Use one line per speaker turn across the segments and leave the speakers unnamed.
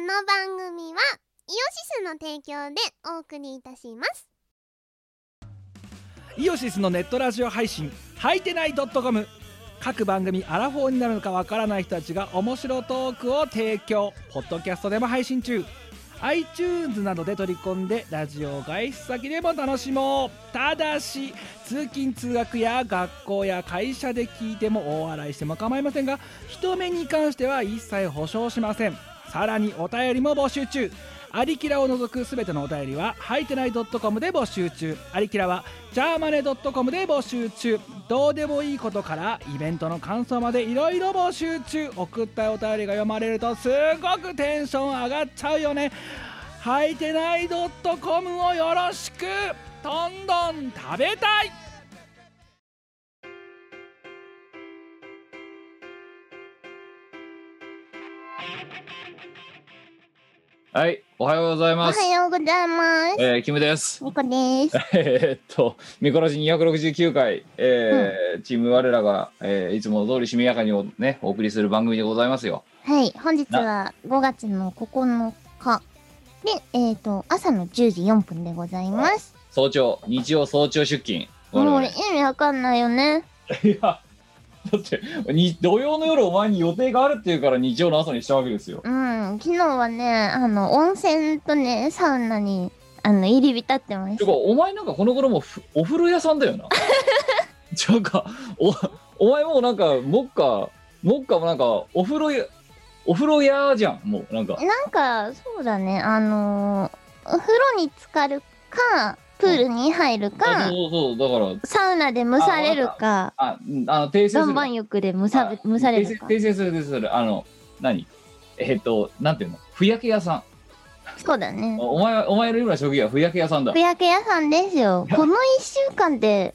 の番組はイオシスの提供でお送りいたします
イオシスのネットラジオ配信「はいてない .com」各番組アラフォーになるのかわからない人たちが面白トークを提供ポッドキャストでも配信中 iTunes などで取り込んでラジオを外出先でも楽しもうただし通勤通学や学校や会社で聞いても大笑いしても構いませんが人目に関しては一切保証しませんさらにお便りも募集中アリキラを除くすべてのお便りは、はいてない .com で募集中。アリキラは、ジャーマネ .com で募集中。どうでもいいことから、イベントの感想までいろいろ募集中。送ったお便りが読まれると、すごくテンション上がっちゃうよね。はいてない .com をよろしくどんどん食べたい
はい、おはようござい
お
ます。
はようございます
えー、キムです。
みこです
えーっと、ミコラジ269回、えーチーム我らが、えーいつも通りしめやかにお,、ね、お送りする番組でございますよ。
はい本日は5月の9日でえっ、と朝の10時4分でございます
早朝、日曜早朝出勤。我
もう
々
意味わかんないよね
いや、だってに、土曜の夜お前に予定があるっていうから日曜の朝にしたわけですよ。
うん昨日はねあの温泉とねサウナにあの入り浸ってましてた
か、お前なんかこの頃もふお風呂屋さんだよな。 ちょか、お、お前もうなんか、もっか、もっかもなんか、お風呂屋、お風呂屋じゃん、もう、なんか。
なんかそうだねあのーお風呂に浸かるかプールに入る
あ
か
そうそうそうだから
サウナで蒸されるか
あうんあの訂正する
岩盤浴で蒸さ
あ
蒸される
訂
か
正訂正する訂正するあの何えっとなんていうのふやけ屋さん
そうだね
おお前はお前のような職業はふやけ屋さんだ
ふやけ屋さんですよこの1週間で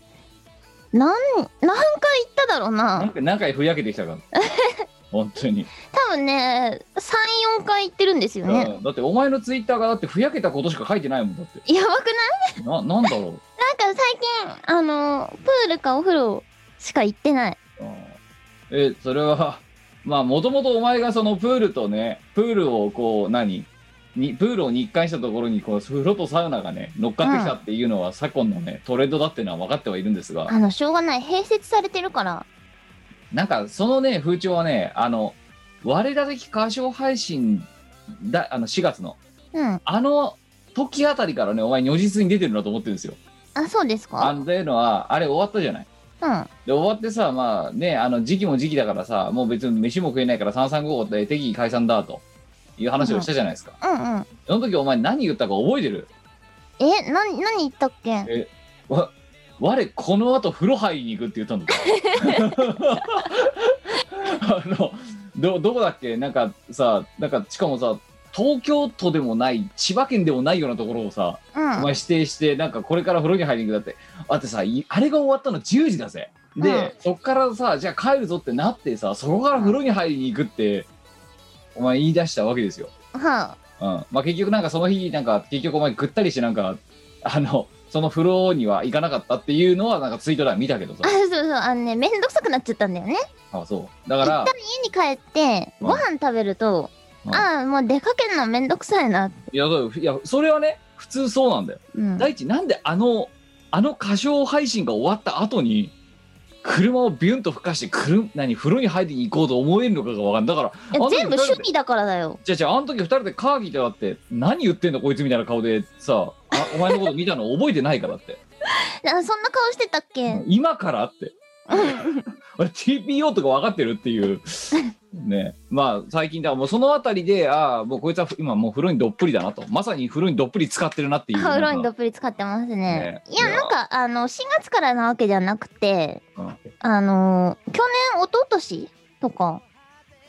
何何回行っただろう
なん
な
か何回ふやけてきたから本当に、
多分ね34回行ってるんですよね、
うんだってお前のツイッターがだってふやけたことしか書いてないもんだって
やばくない
ななんだろ、
なんか最近あのプールかお風呂しか行ってないう
うんえそれは まあもともとお前がそのプールとねプールをこう何にプールを日課にしたところにこう風呂とサウナがね乗っかってきたっていうのは、昨今のねトレンドだっていうのは分かってはいるんですが
あのしょうがない併設されてるから
なんかそのね風潮はねあの我ら的歌唱配信だあの4月の
うん
あの時あたりからねお前如実に出てるなと思ってるんですよ。
あそうです
あ
か
んというのはあれ終わったじゃない。
うん
で終わってさまあねあの時期も時期だからさもう別に飯も食えないから3355って適宜解散だという話をしたじゃないですか。
うんうん
その時お前何言ったか覚えてる
えな何言ったっけ
わ我この後風呂入りに行くって言ったんだ あのどどこだっけなんかさなんかしかもさ東京都でもない千葉県でもないようなところをさ、
うん
お前指定してなんかこれから風呂に入りに行くだってあってさいあれが終わったの10時だぜで、
うん
そっからさじゃあ帰るぞってなってさそこから風呂に入りに行くってお前言い出したわけですよ
は
うんまあ、結局なんかその日なんか結局お前ぐったりしてなんかあのその風呂には行かなかったっていうのはなんかツイートでは見たけどさ
あ、あそうそうあのねめんどくさくなっちゃったんだよね
あそうだか
一
ら
旦家に帰って
うん
ご飯食べると、
うん
ああもう出かけるのめんどくさいな、
いやそういやそれはね普通そうなんだよ、
うん、
第一なんであのあの歌唱配信が終わった後に車をビュンと吹かしてくる何風呂に入りに行こうと思えるのかがわかんないだから
いや
あの時
全部趣味だからだよ
じゃあじゃああの時二人でカーギーだって何言ってんだこいつみたいな顔でさあお前のこと見たの覚えてないからって
あそんな顔してたっけ
今からって 俺 TPO とか分かってるっていうねまあ最近だからもうそのあたりでああもうこいつは今もう風呂にどっぷりだなとまさに風呂にどっぷり使ってるなってい う
ハウロインど
なん
っ
か
ぷり使ってますね
ね
いや
いや
なんかあの4月からなわけじゃなくて
うん
あの去年一昨年とか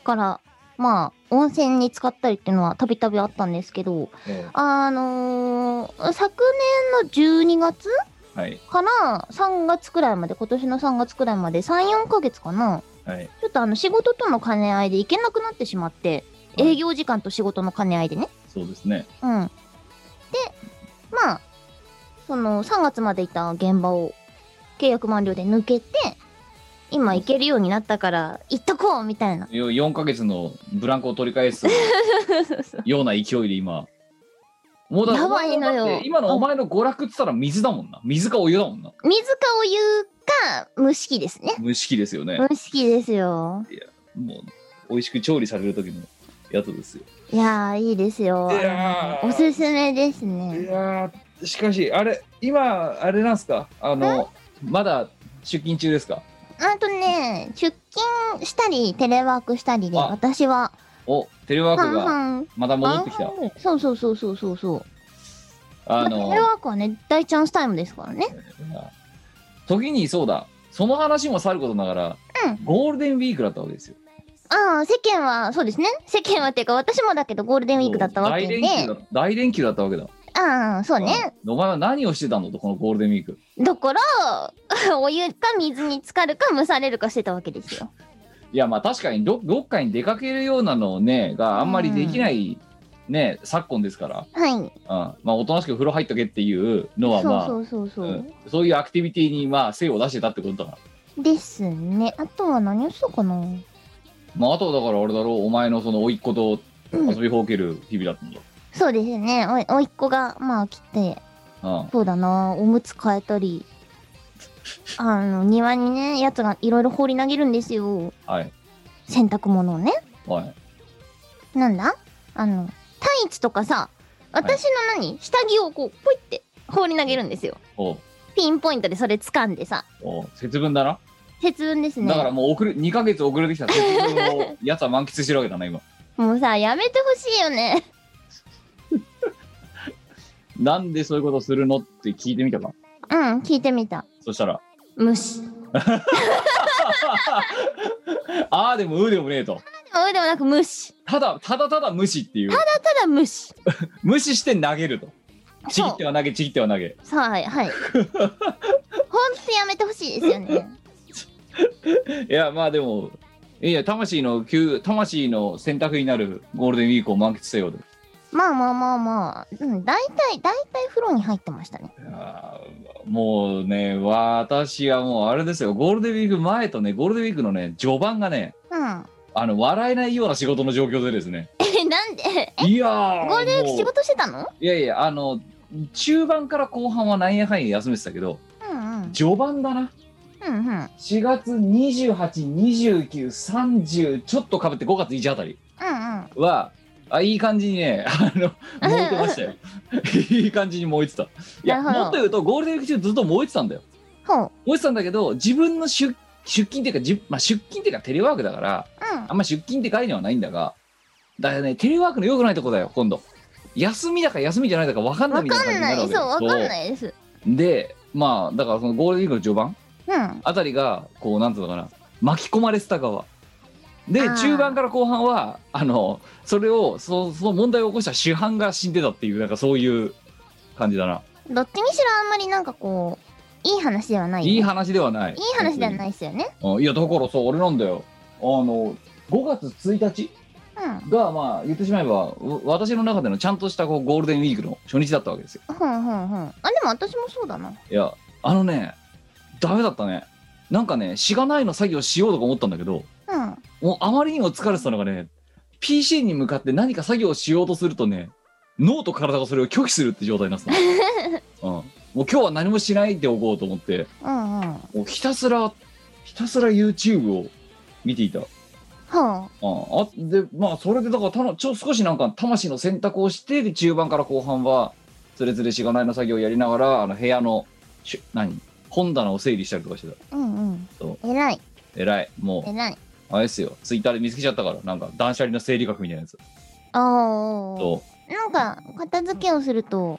からまあ温泉に使ったりっていうのはたびたびあったんですけど
え
あのー昨年の12月
えはい
から3月くらいまで今年の3月くらいまで34ヶ月かな
はい
ちょっとあの仕事との兼ね合いで行けなくなってしまって
はい
営業時間と仕事の兼ね合いでね
そうですね
うん。で、まあ、その3月までいた現場を契約満了で抜けて、今行けるようになったから行っとこうみたい な。
よ4ヶ月のブランクを取り返すような勢い で今。もうだ
やばいのよ
お前だって今のお前の娯楽っつったら水だもんな。水かお湯だもんな。
水かお湯か蒸し器ですね。
無意識ですよね。
蒸し器ですよ。
もう美味しく調理される時のやつですよ。
いやーいいですよ。
いやー
おすすめです
い
ね。
やーしかしあれ今あれなんすかあのまだ出勤中ですか
あとね出勤したりテレワークしたりで
あ
私は
おテレワークが
半々
また戻ってき
半
た
々ぐらいそうそうそうそうそうそう。ま
あ
あテ
の
レワークはね大チャンスタイムですからね。
時にそうだその話もさることながら、
うん
ゴールデンウィークだったわけですよ
ああ世間はそうですね。世間はっていうか私もだけどゴールデンウィークだったわけ
大
で。
連休だ大連休だったわけだ
ああそうね。
うんお前は何をしてたのとこのゴールデンウィーク
だから お湯か水に浸かるか蒸されるかしてたわけですよ。
いやまあ確かにどどっかに出かけるようなのねがあんまりできない、ね昨今ですから、
はい。
うんまあおとなしく風呂入っとけっていうのはまあ
そうそうそうそう。
うんそういうアクティビティにまあ精を出してたってことだから。
ですね。あとは何をしたかな。
まああとはだからあれだろうお前のその甥っ子と
うん
遊びほうける日々だったんだ。
そうですね。おい、おいっ子が、まあ来て、
うん
そうだな、おむつ変えたり、あの、庭にね、やつがいろいろ放り投げるんですよ。
はい
洗濯物をね。
はい
なんだあの、タイツとかさ、私の何、下着をこう、ポイって放り投げるんですよ。
おう
ピンポイントでそれ掴んでさ、
おう節分だな。
節分ですね。
だからもう遅れ2ヶ月遅れてきた節分をやつは満喫してるわけだな今。
もうさ、やめてほしいよね。
なんでそういうことするのって聞いてみたか。
うん、聞いてみた。
そしたら
虫。でも、
ああでもうーでもねえと。
うでもなく虫。
ただただただ無視っていう
ただ虫。
無視して投げると。ち
そ
ぎっ
う
て。は投げちぎっては投げ。
さあ、はい。 はい。ほんとやめてほしいですよね。
いやまあでもいや魂の旧魂の選択になるゴールデンウィークを満喫せようで。
まあまあまあまあ、うん、大体、大体風呂に入ってましたね。
あーもうね、私はもうあれですよ、ゴールデンウィーク前とね、ゴールデンウィークのね、序盤がね、
うん。
あの笑えないような仕事の状況でですね、
え、なんで
いやー、
ゴールデンウィー
も
ク
う
仕事してたの
いやいや、あの、中盤から後半はなんやかんや休めてたけど、
うんうん。
序盤だな、
うんうん。うん
4月28、29、30、ちょっとかぶって5月1あたり
うん。
は、あいい感じにね、 あの、燃えてましたよ。 いい感じに燃えてた。いや、
なるほど
もっと言うと、ゴールデンウィーク中ずっと燃えてたんだよ。
ほう。
思ってたんだけど自分の出出勤っていうかじ、まあ、出勤っていうかテレワークだから
うん。
あんま出勤って概念はないんだがだからねテレワークの良くないとこだよ今度休みだか休みじゃないだか分かんない
わ
みたいな
か
感じ
ん
に
な
なる
い。そう、
わけ
わかん
い
ないです。
でまあだからそのゴールデンウィークの序盤
うん。
あたりがこうなんていうのかな巻き込まれてた側で
あー
中盤から後半はあのそれをそその問題を起こした主犯が死んでたっていうなんかそういう感じだな
どっちにしろあんまりなんかこう、いい話ではないよね。
いい話ではない
いい話ではないですよね。
うんいやだからさ俺なんだよあの5月1日
うん。
がまあ言ってしまえばわ私の中でのちゃんとしたこうゴールデンウィークの初日だったわけですよ
ほんほんほん。あ、でも私もそうだな。
いやあのねダメだったねなんかねしがないの作業しようとか思ったんだけど
うん。
もうあまりにも疲れてたのがね PC に向かって何か作業をしようとするとね脳と体がそれを拒否するって状態になってた、うん、もう今日は何もしないでおこうと思って
うんうん。
もうひたすらひたすら YouTube を見ていた
ほう。
うんあでまあそれでだからたのちょ少しなんか魂の選択をしてで中盤から後半はつれつれしがないの作業をやりながらあの部屋のしゅ何本棚を整理したりとかしてた
うん
そ
うん。偉い。
偉いもう
偉い。
あれですよツイッターで見つけちゃったからなんか断捨離の整理学みたいなやつ
ああ。
と
なんか片付けをすると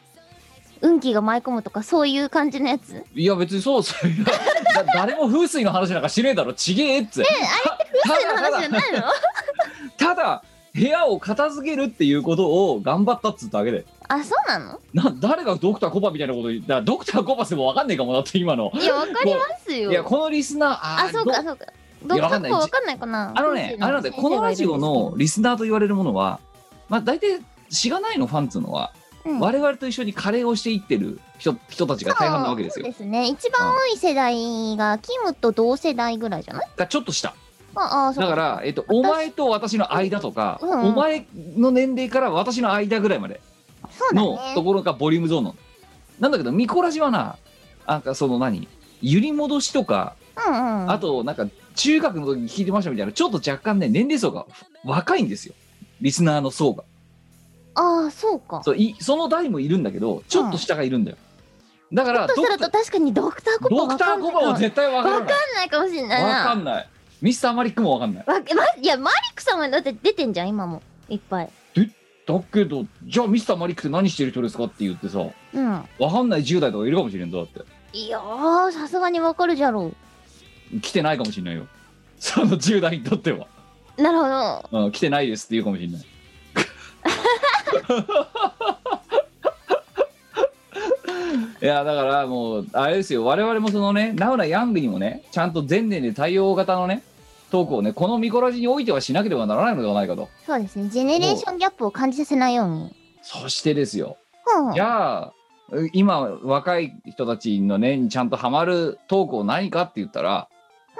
運気が舞い込むとかそういう感じのやつえ
いや別にそうっすよいやだ 誰も風水の話なんかしねえだろちげえっつって
風水の話じゃ
ただ
ないの
ただ部屋を片付けるっていうことを頑張ったっつっただけで
あそうなの
な誰がドクターコバみたいなこと言だからドクターコバでもわかんねえかもだって今の
いやわかりますよ
いやこのリスナー
あ
ー
そう
ど
かそうかど
い
っ
や
かこう
わか
ん
ない
わかんないかな
あのね、あれなんだよこのラジオの
う
リスナーと言われるものは、まあ、大体、しがないのファンっつうのは、
うん
我々と一緒にカレーをしていってる人人たちが大半なわけです
そう
よ。
ですね。一番多い世代がキムと同世代ぐらいじゃない
がちょっとした
まあ、あーそう
だから、えっと、お前と私の間とか、
うん
お前の年齢から私の間ぐらいまで
そうだ
のと
ね。
ころがボリュームゾーンなのなんだけどミコラジはななんかその何揺り戻しとか、
うんうん。
あとなんか中学の時に聞いてましたみたいなちょっと若干ね年齢層が若いんですよリスナーの層が
ああ、そうか。
そういその代もいるんだけどちょっと下がいるんだよ、だから
と
ド
したら
ク
と
タ
確かにドクターコパ
ド
わ
クタ
か
ー
んな
コ
い
バは絶対わ
わか
か
ん
んない
ないかもしれない
わ
な。
かんないミスターマリックもわかんない
わけま、いや、マリックさんはだって出てんじゃん、今も。いっぱい。
だけどじゃあミスターマリックって何してる人ですかって言ってさわ
うん。
かんない10代とかいるかもしれんぞだって
いやー、さすがにわかるじゃろ
来てないかもしれないよその10代にとっては、
う。なるほど。
うん、来てないですって言うかもしれない いやだからもうあれですよ我々もそのねナウなヤングにもねちゃんと全年で対応型のねトークをねこのミコラジにおいてはしなければならないのではないかと
そうですね。ジェネレーションギャップを感じさせないように。
そしてですよ
うん。
じゃあう今若い人たちのねにちゃんとハマるトークを何かって言ったら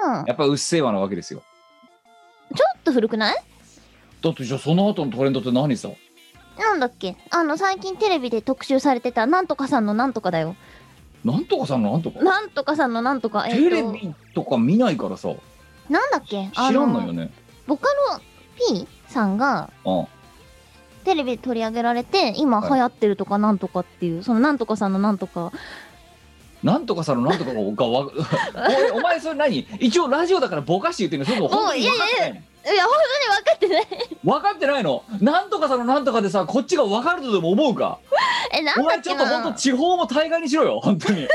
うん。ちょ
やっぱうっせぇわなわけですよ
っと古くない
だってじゃあその後のトレンドって何さ
なんだっけあの、最近テレビで特集されてた、なんとかさんのなんとかだよ。
なんとかさんのなんとか
なんとかさんのなんとか。
テ
え
レ
ーと
ビとか見ないからさ
なんだっけ
知らんのよ
ね。
ね
ボカロ P さんが
うん
テレビで取り上げられて、今
はい
流行ってるとかなんとかっていう、そのなんとかさんのなんとか。
なんとかさんのなんとかがわ おいお前それ何一応ラジオだからぼかして言ってんのそれとも本当に分かってないの
いや、本当に分かってない。
分かってないのなんとかさんのなんとかでさこっちが分かるとでも思うか
え、なん
お
だっ
前ち
け
ょっと
な
本当地方も大概にしろよ本 当に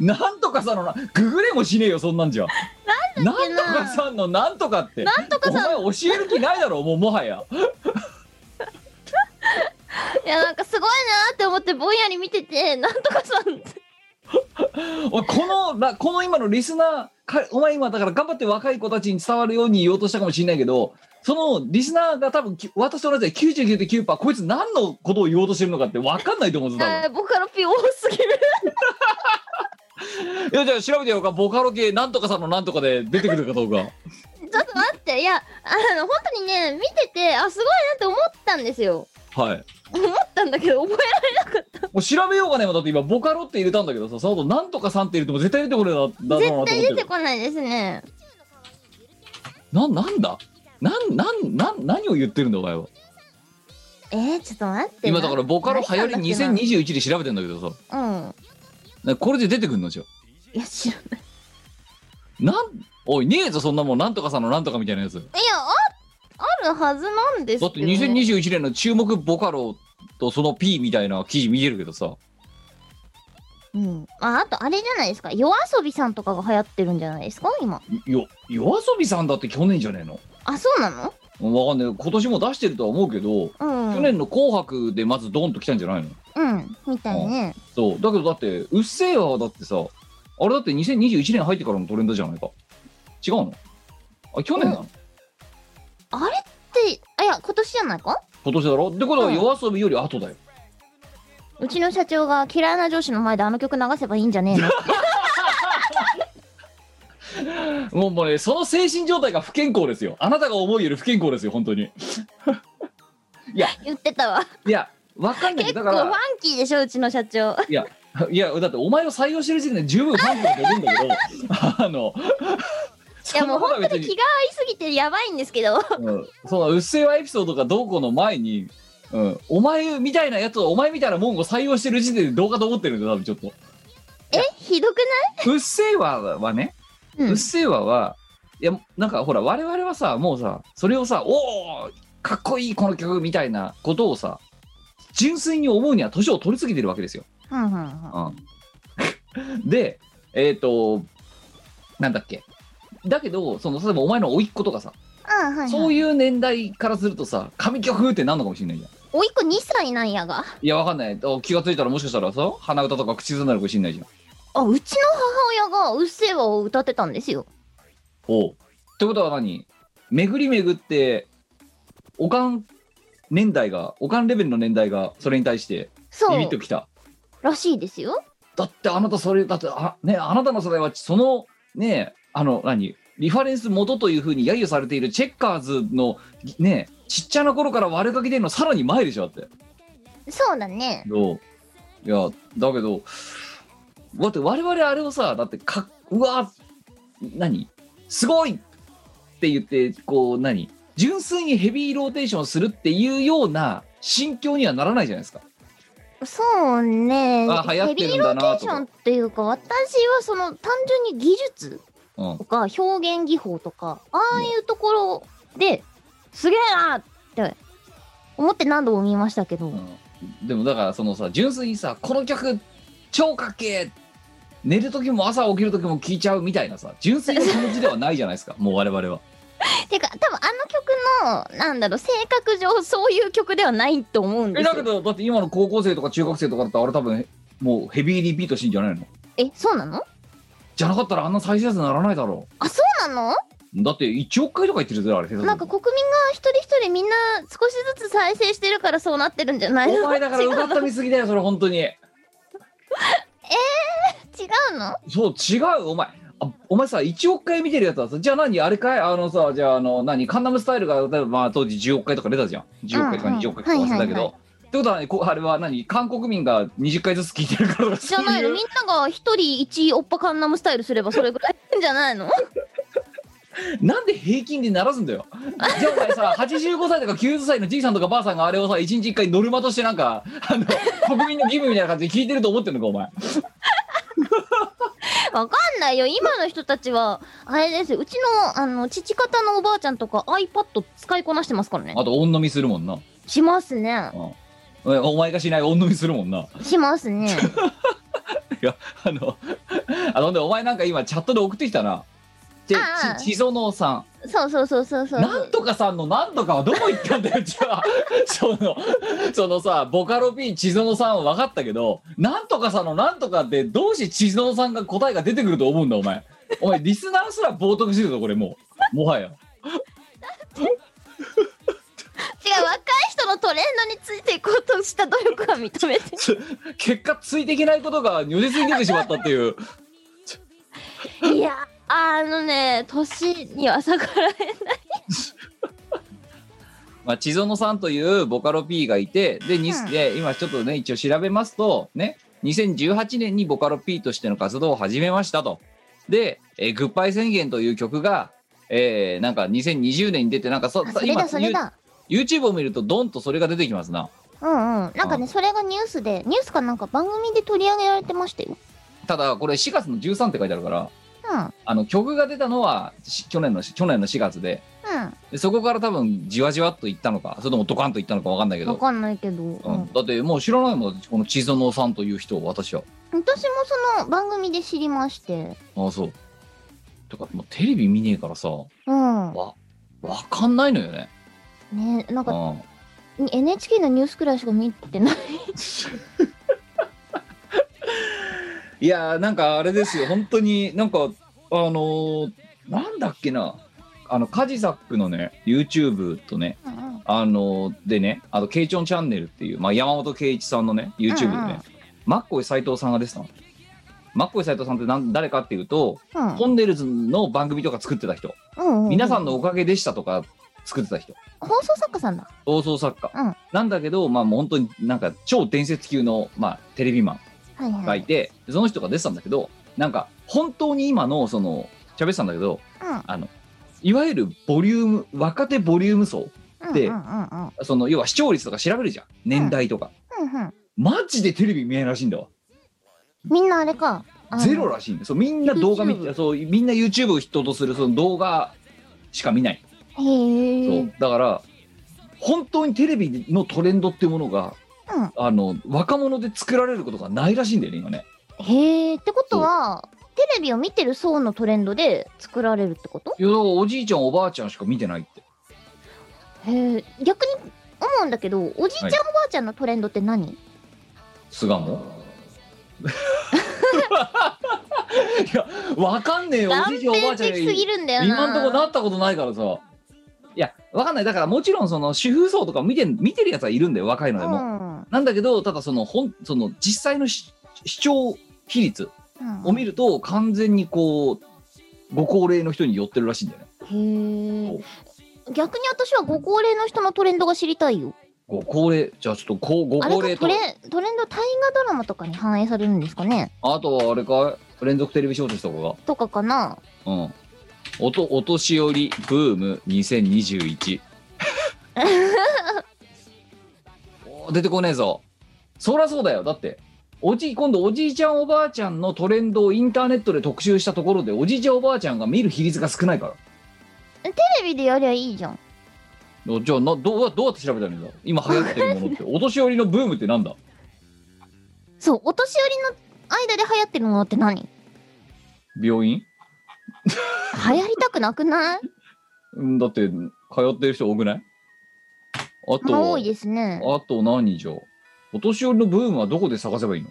なんとかさんのなググれもしねえよそんなんじゃなん
けな
とかさんのなんとかって
なんとか
お
さん
前教える気ないだろもうもはや
いやなんかすごいなーって思ってぼんやり見ててなんとかさんって
おいこのらこの今のリスナーかお前今だから頑張って若い子たちに伝わるように言おうとしたかもしれないけどそのリスナーが多分き私と同じで99.9%こいつ何のことを言おうとしてるのかって分かんないと思うんですよ多
あーボカロ P 多すぎる
分いやじゃあ調べてようかボカロ系なんとかさんのなんとかで出てくるかどうか
ちょっと待っていやあの本当にね見ててあすごいなって思ったんですよ
はい
思ったんだけど覚えられ
もう調べようがねもうだって今ボカロって入れたんだけどさその後なんとかさんって入れても絶対出てこれだだろうなと思っ
絶対
て
出て
る
こないですね
ななんだなんなんなん何を言ってるんだお前は
えー、ちょっと待って
今だからボカロ流行り
何なんだっ
2021で調べてんだけどさ
けなうん
なこれで出てくんのじゃあ
いや知らない
なんおいねえぞそんなもんなんとかさんのなんとかみたいなやつだ
いやああるはずなんです
って
けど、ね、
2021年の注目ボカロとその P みたいな記事見えるけどさ
うんああとあれじゃないですか夜遊びさんとかが流行ってるんじゃないですか今
よ夜遊びさんだって去年じゃねえの
あそうなの
うんわかんない今年も出してるとは思うけど、
うん
去年の「紅白」でまずドンと来たんじゃないの
うんみたいね
そうだけどだって「うっせぇわ」だってさあれだって2021年入ってからのトレンドじゃないか違うのあ去年なの、
あれってあいや今年じゃないか
今年だろってことは
うん
夜遊びより後だよ
うちの社長が嫌いな上司の前であの曲流せばいいんじゃねえ の
もうもうね、その精神状態が不健康ですよ。あなたが思うより不健康ですよ、本当に。
言ってた わ
いや、わかんない
結
けど
構
だ
ファ
か
ンキーでしょうちの社長
ら、いや、だってお前を採用してる時点で十分ファンだと思うんだけど、 あの、
いやもう
そんなことは
本当
別
に気が合いすぎてやばいんですけど
うん、そのうっせぇわエピソードがどうこうの前に、うん、お前みたいなやつを、お前みたいなもんを採用してる時点でどうかと思ってるんだよ、多分ちょっと。
えひどく
うっせぇわはね、
ないう
っ
ん
せぇわは、いや、なんかほら、我々はさ、もうさ、それをさ、おおかっこいいこの曲みたいなことをさ、純粋に思うには年を取りすぎてるわけですよ。
うんうんうん
うん、で、えっ、と、なんだっけ。だけど、その例えばお前の甥っ子とかさ、
あはい
そう
う
いう年代からするとさ、神曲ってなんのかもしれないじゃん。
おいっ子2歳なんやが
いや、わかんない。お気がついたらもしかしたらさ、鼻歌とか口ずさんになるかもしれないじゃん。
あうちの母親が「うっせぇわ」を歌ってたんですよ
おうってことは何巡り巡っておかん年代がおかんレベルの年代がそれに対して
そ
ビビ
う
ッときた
らしいですよ
だってあなたそれだってあ,、ね、あなたの世代はそのねあの何リファレンス元というふうに揶揄されているチェッカーズのねちっちゃな頃から悪かけてるのさらに前でしょだって
そうだね
どういやだけどだって我々あれをさだってかうわ何すごいって言ってこう何純粋にヘビーローテーションするっていうような心境にはならないじゃないですか
そうね
あ流行ってるんだなと
ヘビーローテーションっていうか私はその単純に技術
うん
とか表現技法とかああいうところですげえなって思って何度も見ましたけど、
うんでもだからそのさ純粋にさこの曲超かっけえ寝る時も朝起きる時も聴いちゃうみたいなさ純粋な気持ちではないじゃないですか もう我々は
てか多分あの曲のなんだろう性格上そういう曲ではないと思うんで
え
す
だけ
よ
どだって今の高校生とか中学生とかだったらあれ多分もうヘビーリピートしてんじゃないの
えそうなの
じゃなかったらあんな再生数ならないだろ
あそうなの
うだって1億回とか言ってるぜあれ
なんか国民が一人一人みんな少しずつ再生してるからそうなってるんじゃないの
お前だから
違う
歌った見すぎだよそれ本当に
違うの
そう違うお前あお前さ1億回見てるやつはさじゃあ何あれかいあのさじゃああの何カンナムスタイルが例えばまあ当時10億回とか出たじゃん10億回とか
うんうん
20億回とか忘れた
はい
けど、
はいはい
ってことは、ね、こあれは何韓国民が20回ずつ聞いてるからとか
じゃないの
そう
み
うん
なが一人一おっぱカンナムスタイルすればそれぐらいじゃないの
なんで平均でならずんだよじゃあお前さ85歳とか90歳のじいさんとかばあさんがあれをさ1日1回ノルマとしてなんかあの国民の義務みたいな感じで聞いてると思ってるのかお前
わかんないよ今の人たちはあれですようちのあの父方のおばあちゃんとか iPad 使いこなしてますからね
あと音飲みするもんな
しますね
おお前がしない音飲みするもんな
しますね
いやあのあのねお前なんか今チャットで送ってきたなで
ああ
ちちそのさ
そうそうそうそうそ
ん
う
なんとかさんのなんとかはどこ行ったんだよじゃあ そのそのさボカロ P ちそのさんは分かったけどなんとかさんのなんとかってどうしてちそのさんが答えが出てくると思うんだお前お前リスナーすら冒涜してるぞこれもうもは
違
や
う若い人のトレンドについていこうとした努力は認め て
結果ついていけないことが如実に出てしまったっていう
いやあのね年には逆らえ
まあ、千園さんというボカロ P がいてで、に
うん
で今ちょっとね一応調べますとね2018年にボカロ P としての活動を始めましたとで、えーグッバイ宣言」という曲が、えーなんか2020年に出てなんかそ
あそれだそれだ
You- YouTube を見るとドンとそれが出てきますな
うんうんなんかねそれがニュースでニュースかなんか番組で取り上げられてましたよ
ただこれ4月の13って書いてあるから
うんうん
あの曲が出たのはし去年の去年の4月ででそこから多分じわじわっといったのかそれともドカンといったのか分かんないけ
わ
ど、
かんないけど、うん
うん、だってもう知らないもんこの千園さんという人を私は。
私もその番組で知りまして
ああそうとかもうテレビ見ねえからさわ
うん
わかんないのよね
ねなん
う
か
ん
NHK のニュースくらいしか見てない
いやーなんかあれですよ本当になんかあのーなんだっけなあのカジサックのね YouTube とね
うんうん
あのーでねあとケイチョンチャンネルっていう、まあ、山本圭一さんのね YouTube でね、
うんうん
マッコイ斎藤さんが出てたのマッコイ斎藤さんってなん誰かっていうと、
うん
トンネルズの番組とか作ってた人、
うんう
皆さんのおかげでしたとか作ってた人
放送作家さんだ
放送作家、
うん
なんだけど、まあ、もう本当になんか超伝説級の、まあ、テレビマン
はいはい
がいて、その人が出てたんだけどなんか本当に今のその喋ってたんだけどあのいわゆるボリューム若手ボリューム層
うん
で
うんうんうん
その要は視聴率とか調べるじゃん年代とか、
うんうん
マジでテレビ見えないらしいんだわ
みんなあれかあの
ゼロらしいんだそうみんな動画見て
YouTube
そうみんな YouTube を筆頭とするその動画しか見ない、
へえ
そうだから本当にテレビのトレンドっていうものが、
うん
あの若者で作られることがないらしいんだよね今ね
へえってことはテレビを見てる層のトレンドで作られるってこと
いやだからおじいちゃんおばあちゃんしか見てないって
へえ逆に思うんだけどおじいちゃん、お
はい
ばあちゃんのトレンドって何
菅 もいやわかんねえよお
断
じいちゃんおばあ
片
ちゃんよ
的すぎ
り
るんだよな
今んとこなったことないからさいやわかんないだからもちろんその主婦層とか見て見てるやつはいるんだよ若いのでも、
ん。
なんだけどただその本その実際のし視聴比率
うん
を見ると完全にこうご高齢の人に寄ってるらしいんだよね
へえ。逆に私はご高齢の人のトレンドが知りたいよ。
ご高齢じゃあちょっとこうご
あれ
高
か
齢
ト
と
レトレンド大河ドラマとかに反映されるんですかね
あとはあれか連続テレビ小説とかが
とかかな
うん。おと、お年寄りブーム2021。おー出てこねえぞ。そらそうだよ。だって、おじ、今度おじいちゃんおばあちゃんのトレンドをインターネットで特集したところで、おじいちゃんおばあちゃんが見る比率が少ないから。
テレビでやりゃいいじゃん。
おじゃあなどう、どうやって調べたらいいんだ今流行ってるも のって。お年寄りのブームってなんだ
そう、お年寄りの間で流行ってるものって何流
病院
行りたくなくない
うんだって、通ってる人多くないあ
まあ
と、
多いですね。
あと何じゃお年寄りのブームはどこで探せばいいの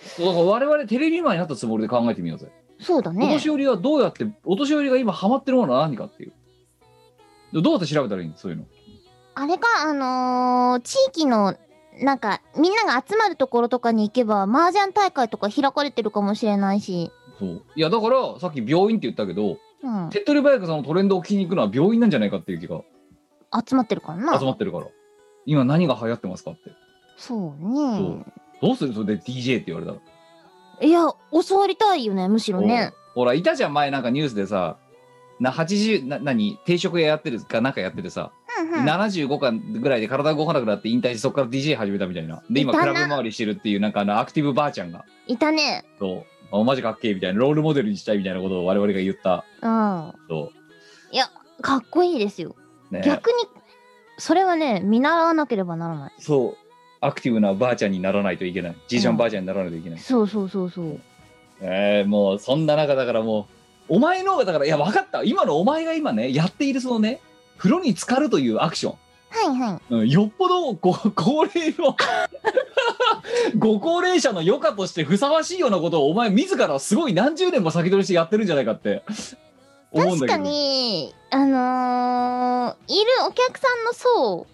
そうだから我々テレビマンになったつもりで考えてみようぜ。
そうだ
お
ね
年。寄りはどうやって、お年寄りが今ハマってるものは何かっていう。どどうやって調べたらいいのそういうの。
あれか、あのー地域の、なんか、みんなが集まるところとかに行けば、麻雀大会とか開かれてるかもしれないし。
そう。いやだからさっき病院って言ったけど、
うん。
手っ取り早くそのトレンドを聞きに行くのは病院なんじゃないかっていう気が
集まってるからな
集。まってるから。今何が流行ってますかって。
そう
そう
ね。
どうするそれで DJ って言われたら。
いや、教わりたいよね、むしろね。
おほら、いたじゃん前なんかニュースでさ、な80、な、何定食屋やってるかなんかやっててさ、
うんうん。
75巻ぐらいで体が動かなくなって引退してそこから DJ 始めたみたいなで今
い
ク
た
ラ
な
ブ回りしてるっていうなんかあのアクティブばあちゃんが
いたね。
そうあマジかっけえみたいなロールモデルにしたいみたいなことを我々が言った
うん。か
そ
っこいいですよ。
うね
逆に、それはね、見習わなければならない。
そうアクティブなばあちゃんにならないといけないじいちゃんばあちゃんにならないといけない、
そうそうそうそう。
えーもうそんな中だからもうお前の方がだからいや分かった今のお前が今ねやっているそのね風呂に浸かるというアクション
はいはい。
うんよっぽどご 高齢の ご高齢者の余暇としてふさわしいようなことをお前自らすごい何十年も先取りしてやってるんじゃないかって思う
確
んだけ
か
ど
に、あのーいるお客さんの層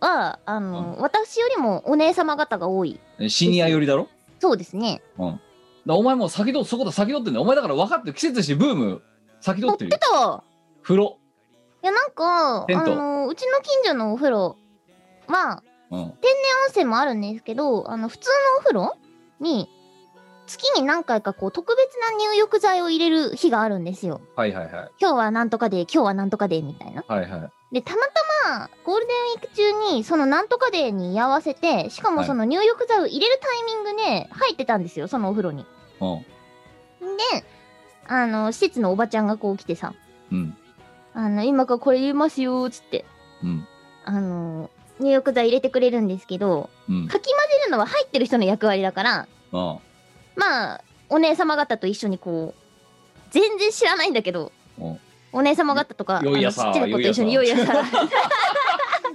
は、あのー私よりもお姉様方が多い。
シニア寄りだろだか
そうですね。
らお前もう先取っそこだ先取ってんだよお前だから分かってる季節してブーム先取
乗
っ
って
る
て
よ
た
風呂、
いや、なんか、あ
銭湯
のーうちの近所のお風呂は、
うん、
温泉もあるんですけど、あの、普通のお風呂に、月に何回かこう、特別な入浴剤を入れる日があるんですよ。
はいはいはい
今日はなんとかで、今日はなんとかで、みたいな。
はいはい
で、たまたま、ゴールデンウィーク中に、そのなんとかデーに居合わせて、しかも
はい
その入浴剤を入れるタイミングで入ってたんですよ、そのお風呂に。
うん
で、あの、施設のおばちゃんがこう来てさ、
うん
あの、今からこれ入れますよ、つって、
うん
あの、入浴剤入れてくれるんですけど、
うん
かき混ぜるのは入ってる人の役割だから、
うん
まあ、お姉様方と一緒にこう、全然知らないんだけど
うん、
お姉様方とか、あの
よい
ち
や
っち
さ
ゃい子と一緒に、
よ
よ
い
い
や
や
さ
さ、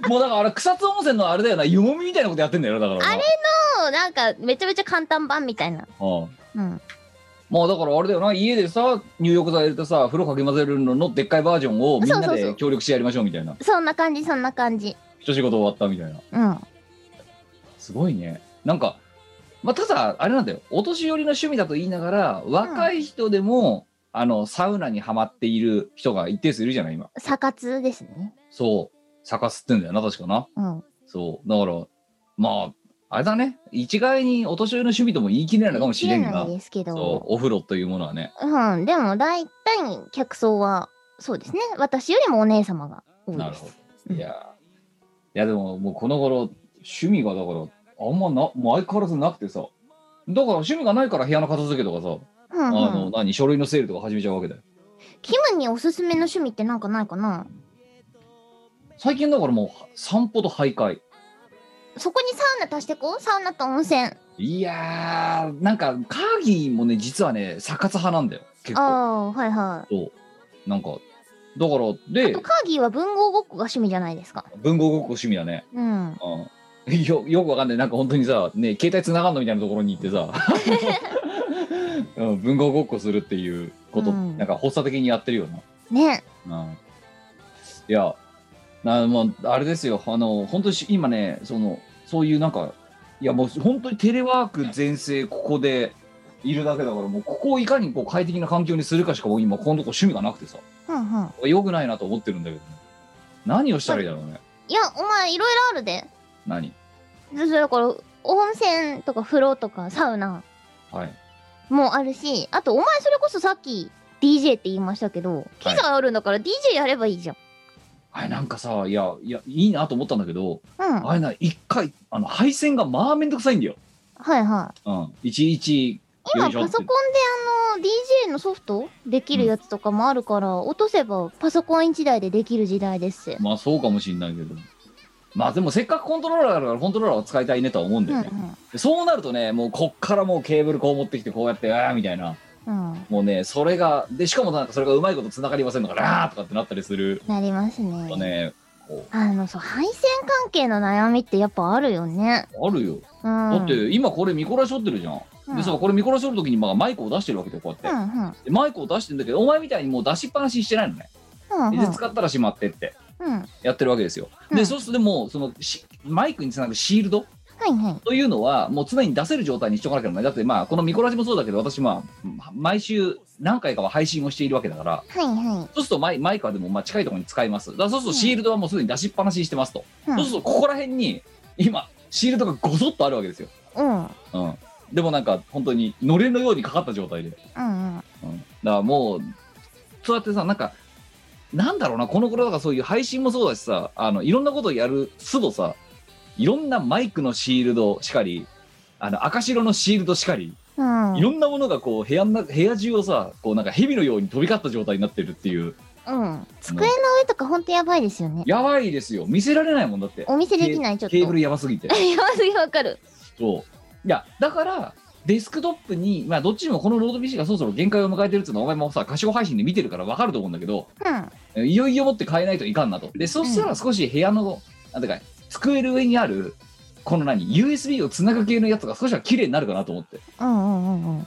もうだからあれ草津温泉のあれだよな湯もみみたいなことやってんだよなだからな
あれ そうなんか、めちゃめちゃ簡単版みたいな。
うん
うん。
まあだからあれだよな家でさ入浴剤入れてさ風呂かき混ぜるののでっかいバージョンをみんな
そうそうそ
で
う
協力してやりましょうみたいな
そんな感じそんな感じ
一仕事終わったみたいな
うん
すごいねなんかまあただあれなんだよお年寄りの趣味だと言いながら若い人でも、あのサウナにはまっている人が一定数いるじゃない今
サカツですね
そう逆すってんだよな確かな
うん
そうだからまああれだね一概にお年寄りの趣味とも言い切れないのかもしれん
な
が
いですけ
そ
ど
うお風呂というものはね
うんでも大体客層はそうですね私よりもお姉様が多い
な
で
る
す
ほど。いやー、いやでももうこの頃趣味がだからあんまなもう相変わらずなくてさ、だから趣味がないから部屋の片付けとかさ、
うん
あ
う
の
ん、
何書類の整理とか始めちゃうわけだよ。
キムにおすすめの趣味ってなんかないかな
最近だからもう散歩と徘徊。
そこにサウナ足してこうサウナと温泉
いやーなんかカーギーもね実はねサカツ派なんだよ結
あ
構。
あはいは
そうなんかだから
いあ
で
とカーギーは文豪ごっこが趣味じゃないですか
文豪ごっこ趣味だね。
うん
うんよ よくわかんないなんか本当にさね携帯つながんのみたいなところに行ってさうん文豪ごっこするっていうこと、
うん
なんか発作的にやってるよ
ね
な、うん、いや、なもうあれですよ、あの本当にし今ね、そのそういうなんか、いやもう本当にテレワーク全盛、ここでいるだけだから、もうここをいかにこう快適な環境にするかしか、もう今、このとこ趣味がなくてさ、
ふんふん。
よくないなと思ってるんだけど、ね、何をしたらいいだろうね、
いや、お前、いろいろあるで。
何。
ずそれだから、温泉とか風呂とかサウナ
はい、
もあるし、あと、お前、それこそさっき、DJ って言いましたけど、機材あるんだから DJ やればいいじゃん。
はい、なんかさ、いや、いや、いいなと思ったんだけど、
うん。
あれな、一回、あの配線がまあめんどくさいんだよ。
はいはい。
うん、いちいち、
今
よいしょ
パ
って
ソコンであの DJ のソフトできるやつとかもあるから、落とせばパソコン1台でできる時代ですよ。
まあそうかもしれないけど。まあでもせっかくコントローラーだからコントローラーを使いたいねとは思うんだ
うん
よね。そうなるとね、もうこっからもうケーブルこう持ってきてこうやって、ああみたいな。
うん、うん、
もうね、それが、で、しかもなんかそれがうまいこと繋がりませんのから、あーとかってなったりする
なりますね
とね、こ
あのそう配線関係の悩みってやっぱあるよね、
う、あるよ。
うん、
だって今これ見こらしょってるじゃん。
うん
でさ、これ見こらしょるときにまあマイクを出してるわけでこう
う
やって。
んうん
でマイクを出してんだけど、お前みたいにもう出しっぱなしにしてないのね。
うん
で、使ったらしまってって
うんうん
やってるわけですよ。
う
で、
ん
そうするともう、そのし、マイクにつなぐシールド
はいはい
というのは、もう常に出せる状態にしとかなきゃならない。だって、まあ、このミコラジもそうだけど、私、まあ、毎週何回かは配信をしているわけだから、
はいは
そうするとマイマイクはでも、まあ、近いところに使います。だからそうするとシールドはもうすでに出しっぱなしにしてますと。
い
そうすると、ここら辺に、今、シールドがごそっとあるわけですよ。
うんうん
うん。でもなんか、本当に、のれんのようにかかった状態で。
うんうん
うん。だからもう、そうやってさ、なんか、なんだろうな、この頃だからそういう配信もそうだしさ、あの、いろんなことをやる都度さ、いろんなマイクのシールドしかり、あの、赤白のシールドしかり、
うん
いろんなものがこう、部屋の中、部屋中をさ、こうなんか蛇のように飛び交った状態になってるっていう。
うん机の上とかほんとやばいですよね
やばいですよ。見せられないもんだって。
お見せできないちょっと
ケーブル
や
やばすぎて
ば。 すぎわかる
そう。いや、だから、デスクトップに、まあ、どっちにもこのロード PC がそろそろ限界を迎えてるっていうのは、お前もさ、歌唱配信で見てるからわかると思うんだけど、
うん
いよいよ持って変えないといかんなと。で、そしたら少し部屋の、なんてか、机の上にある、この何、USB をつなぐ系のやつが少しは綺麗になるかなと思って。
うんうんうんうん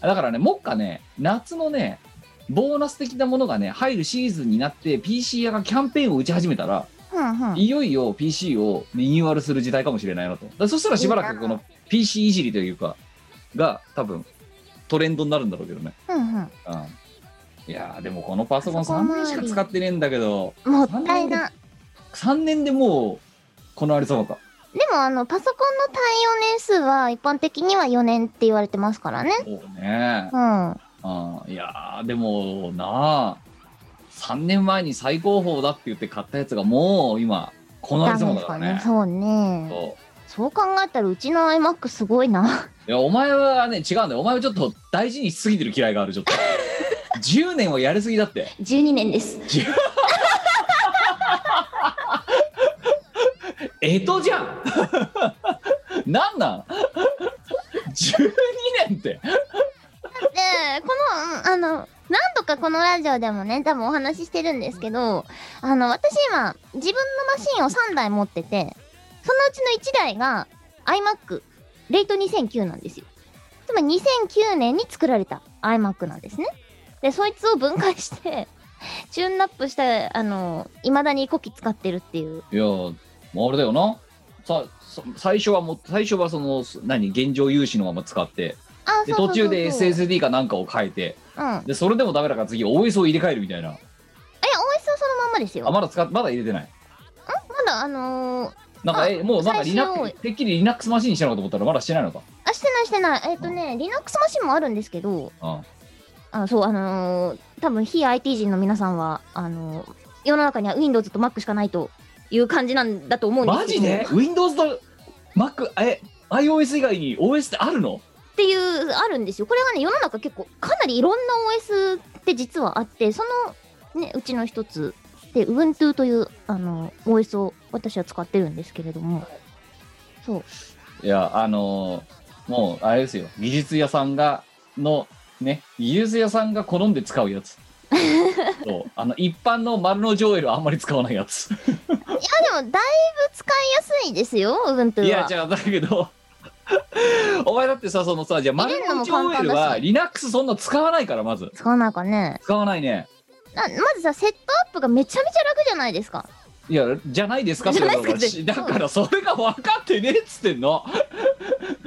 だからね、もっかね、夏のね、ボーナス的なものがね、入るシーズンになって、PC 屋がキャンペーンを打ち始めたら、
うんうん
いよいよ PC をリニューアルする時代かもしれないなと。だからそしたらしばらくこの PC いじりというか、が多分トレンドになるんだろうけどね。
うん
うん、いやー、でもこのパソコン
パソコン
3年しか使ってねえんだけど、
うんもったいな
3年でもう、このありさまか。
でもあのパソコンの対応年数は一般的には4年って言われてますからね。
そうね
う。ん。うん。
うん、いやー、でもなあ、3年前に最高峰だって言って買ったやつがもう今、このありさまだからね。
そうね。
そう
そう考えたらうちの iMac すごい な。
いや、お前はね、違うんだよ。お前はちょっと大事にしすぎてる嫌いがある、ちょっと。10年はやりすぎだって。
12年です。
えとじゃん なんなん ?12 年って。
で、この、うんあの、何度かこのラジオでもね、多分お話ししてるんですけど、あの、私今、自分のマシンを3台持ってて、そのうちの1台が iMac、レイト2009なんですよ。つまり2009年に作られた iMac なんですね。で、そいつを分解して、チューンナップした、あの、未だにコキ使ってるっていう。
いや、もうあれだよな。さ、そ最初はもう、最初はその、す何、現状融資のまま使って、
あ、そうそうそ
で、
う
途
そう
中で SSD かなんかを変えて、
うん。え、OS は
で、それでもダメだから次 OS を入れ替えるみたいな。
そのまんまですよ。
あ、
ま
まだ使っ、まだ入れてない。
だ、あのー、
なんか、
あ
え、もうなんか
最
リ
新
ナ
は多
ッ
い
クてっきり Linux マシンにしたのかと思ったらまだしてないのか。
あ、してないしてない。えっ、とね、Linux マシンもあるんですけど、
うん。
あそう、あのー多分非 IT 人の皆さんは、あのー世の中には Windows と Mac しかないという感じなんだと思うんですけ
マ
ど
ジで ?Windows と Mac、え、iOS 以外に OS ってあるの
っていう、あるんですよ。これがね、世の中結構、かなりいろんな OS って実はあって、その、ね、うちの一つで、Ubuntu という、あのー OS を私は使ってるんですけれども、そう、
いや、あのーもう、あれですよ。技術屋さんが、の、ね、技術屋さんが好んで使う やつ。そう。あの、一般の丸のジョエルはあんまり使わないやつ。
あでも、だいぶ使いやすいですよ、Ubuntu は。
いや、じゃあ、だけど、 お前だってさ、そのさ、じゃあ、
入れ
丸
るの
の
も
ジ
簡
ョエ
単だし
ルは、Linux そんな使わないから、まず。
使わないかね。
使わないね。
なまずさセットアップがめちゃめちゃ楽じゃないですか
いやじゃないですかって言うの
じ
が
ゃないですかって
だからそれが分かってねえっつってんの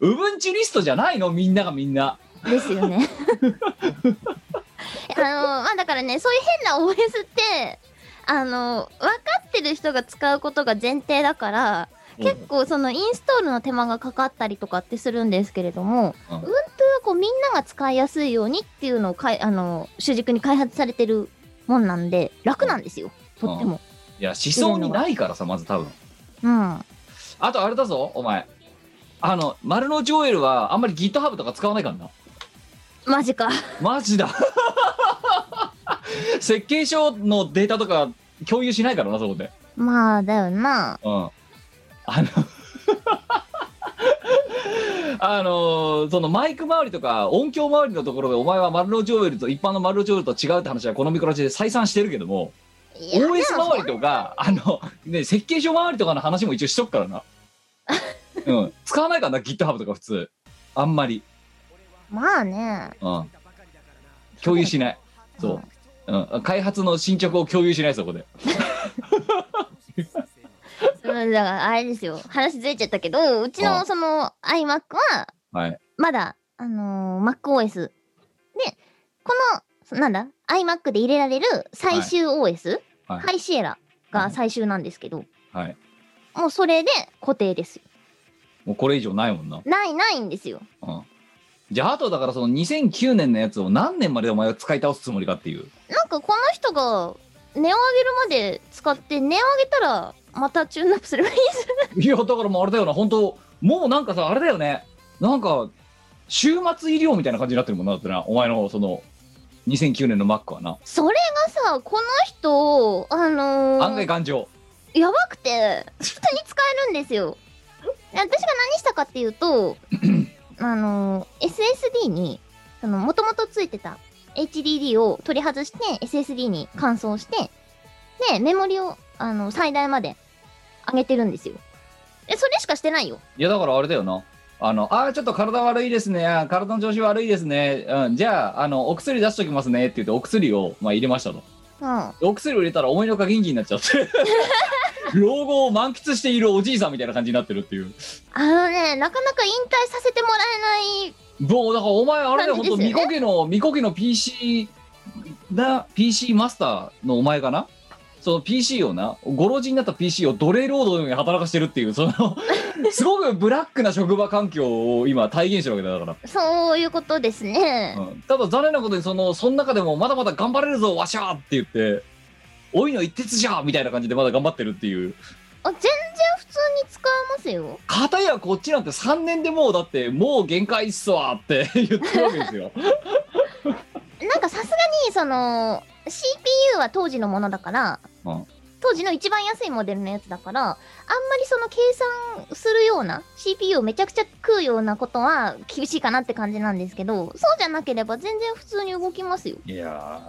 うぶんちリストじゃないのみんながみんな
ですよねあのまあだからねそういう変な OS ってあの分かってる人が使うことが前提だから結構そのインストールの手間がかかったりとかってするんですけれども、
うん
Ubuntu はこうみんなが使いやすいようにっていうのをかいあの主軸に開発されてるもんなんで楽なんですよ、とっても。
いや思想にないからさまず多分
うん、
あとあれだぞお前あの丸の内オイルはあんまり GitHub とか使わないからな
マジか。
マジだ 設計書のデータとか共有しないからなそこで
まあだよな。
うんあの あのそのマイク周りとか音響周りのところでお前は丸の内オイルと一般の丸の内オイルと違うって話はこのミクロチで再三してるけども
いや
OS
でも
周りとかあの、ね、設計書周りとかの話も一応しとくか らな、うん、使わないからな GitHub とか普通あんまり、
まあね。
うん、共有しないそううん、開発の進捗を共有しないそこで
うん。だからあれですよ。話ずれちゃったけど、うち
あ
の
あ
その iMac は
はい
まだ、あのー MacOS。で、この、そなんだ ?iMac で入れられる最終 OS、
はい
ハイシエラが最終なんですけど、
はい
もうそれで固定ですよ。
もうこれ以上ないもんな、
ないないんですよ。
うん、じゃああとだからその2009年のやつを何年までお前は使い倒すつもりかっていう
なんかこの人が値を上げるまで使って、値を上げたらまたチューンアップすればいいです
いやだからもうあれだよな本当もうなんかさあれだよねなんか週末医療みたいな感じになってるもんなだってなお前のその2009年の Mac はな、
それがさこの人あの
案外
ー、
頑丈
やばくて普通に使えるんですよで私が何したかっていう とあのー SSD にその元々ついてた HDD を取り外して SSD に換装してでメモリをあの最大まで上げてるんですよえそれしかしてないよ
いやだからあれだよなあのあーちょっと体悪いですねあー体の調子悪いですね、うん、じゃああのお薬出しときますねって言ってお薬を、まあ、入れましたと
うん
お薬を入れたら思いのほか元気になっちゃって老後を満喫しているおじいさんみたいな感じになってるっていう
あのねなかなか引退させてもらえない
もうだからお前あれだよ
感
本
じで
当
すよね
みこけのみこけの PC な PC マスターのお前かなその PC をなご老人になった PC を奴隷労働のように働かしてるっていうそのすごくブラックな職場環境を今体現してるわけだから
そういうことですね、
うんただ残念なことにそのその中でもまだまだ頑張れるぞわしゃーって言っておいの一徹じゃーみたいな感じでまだ頑張ってるっていう
あ全然普通に使えますよ
片やこっちなんて3年でもうだってもう限界っすわーって 言ってるわけですよ
なんかさすがにその CPU は当時のものだから、
うん
当時の一番安いモデルのやつだからあんまりその計算するような CPU をめちゃくちゃ食うようなことは厳しいかなって感じなんですけどそうじゃなければ全然普通に動きますよ
いや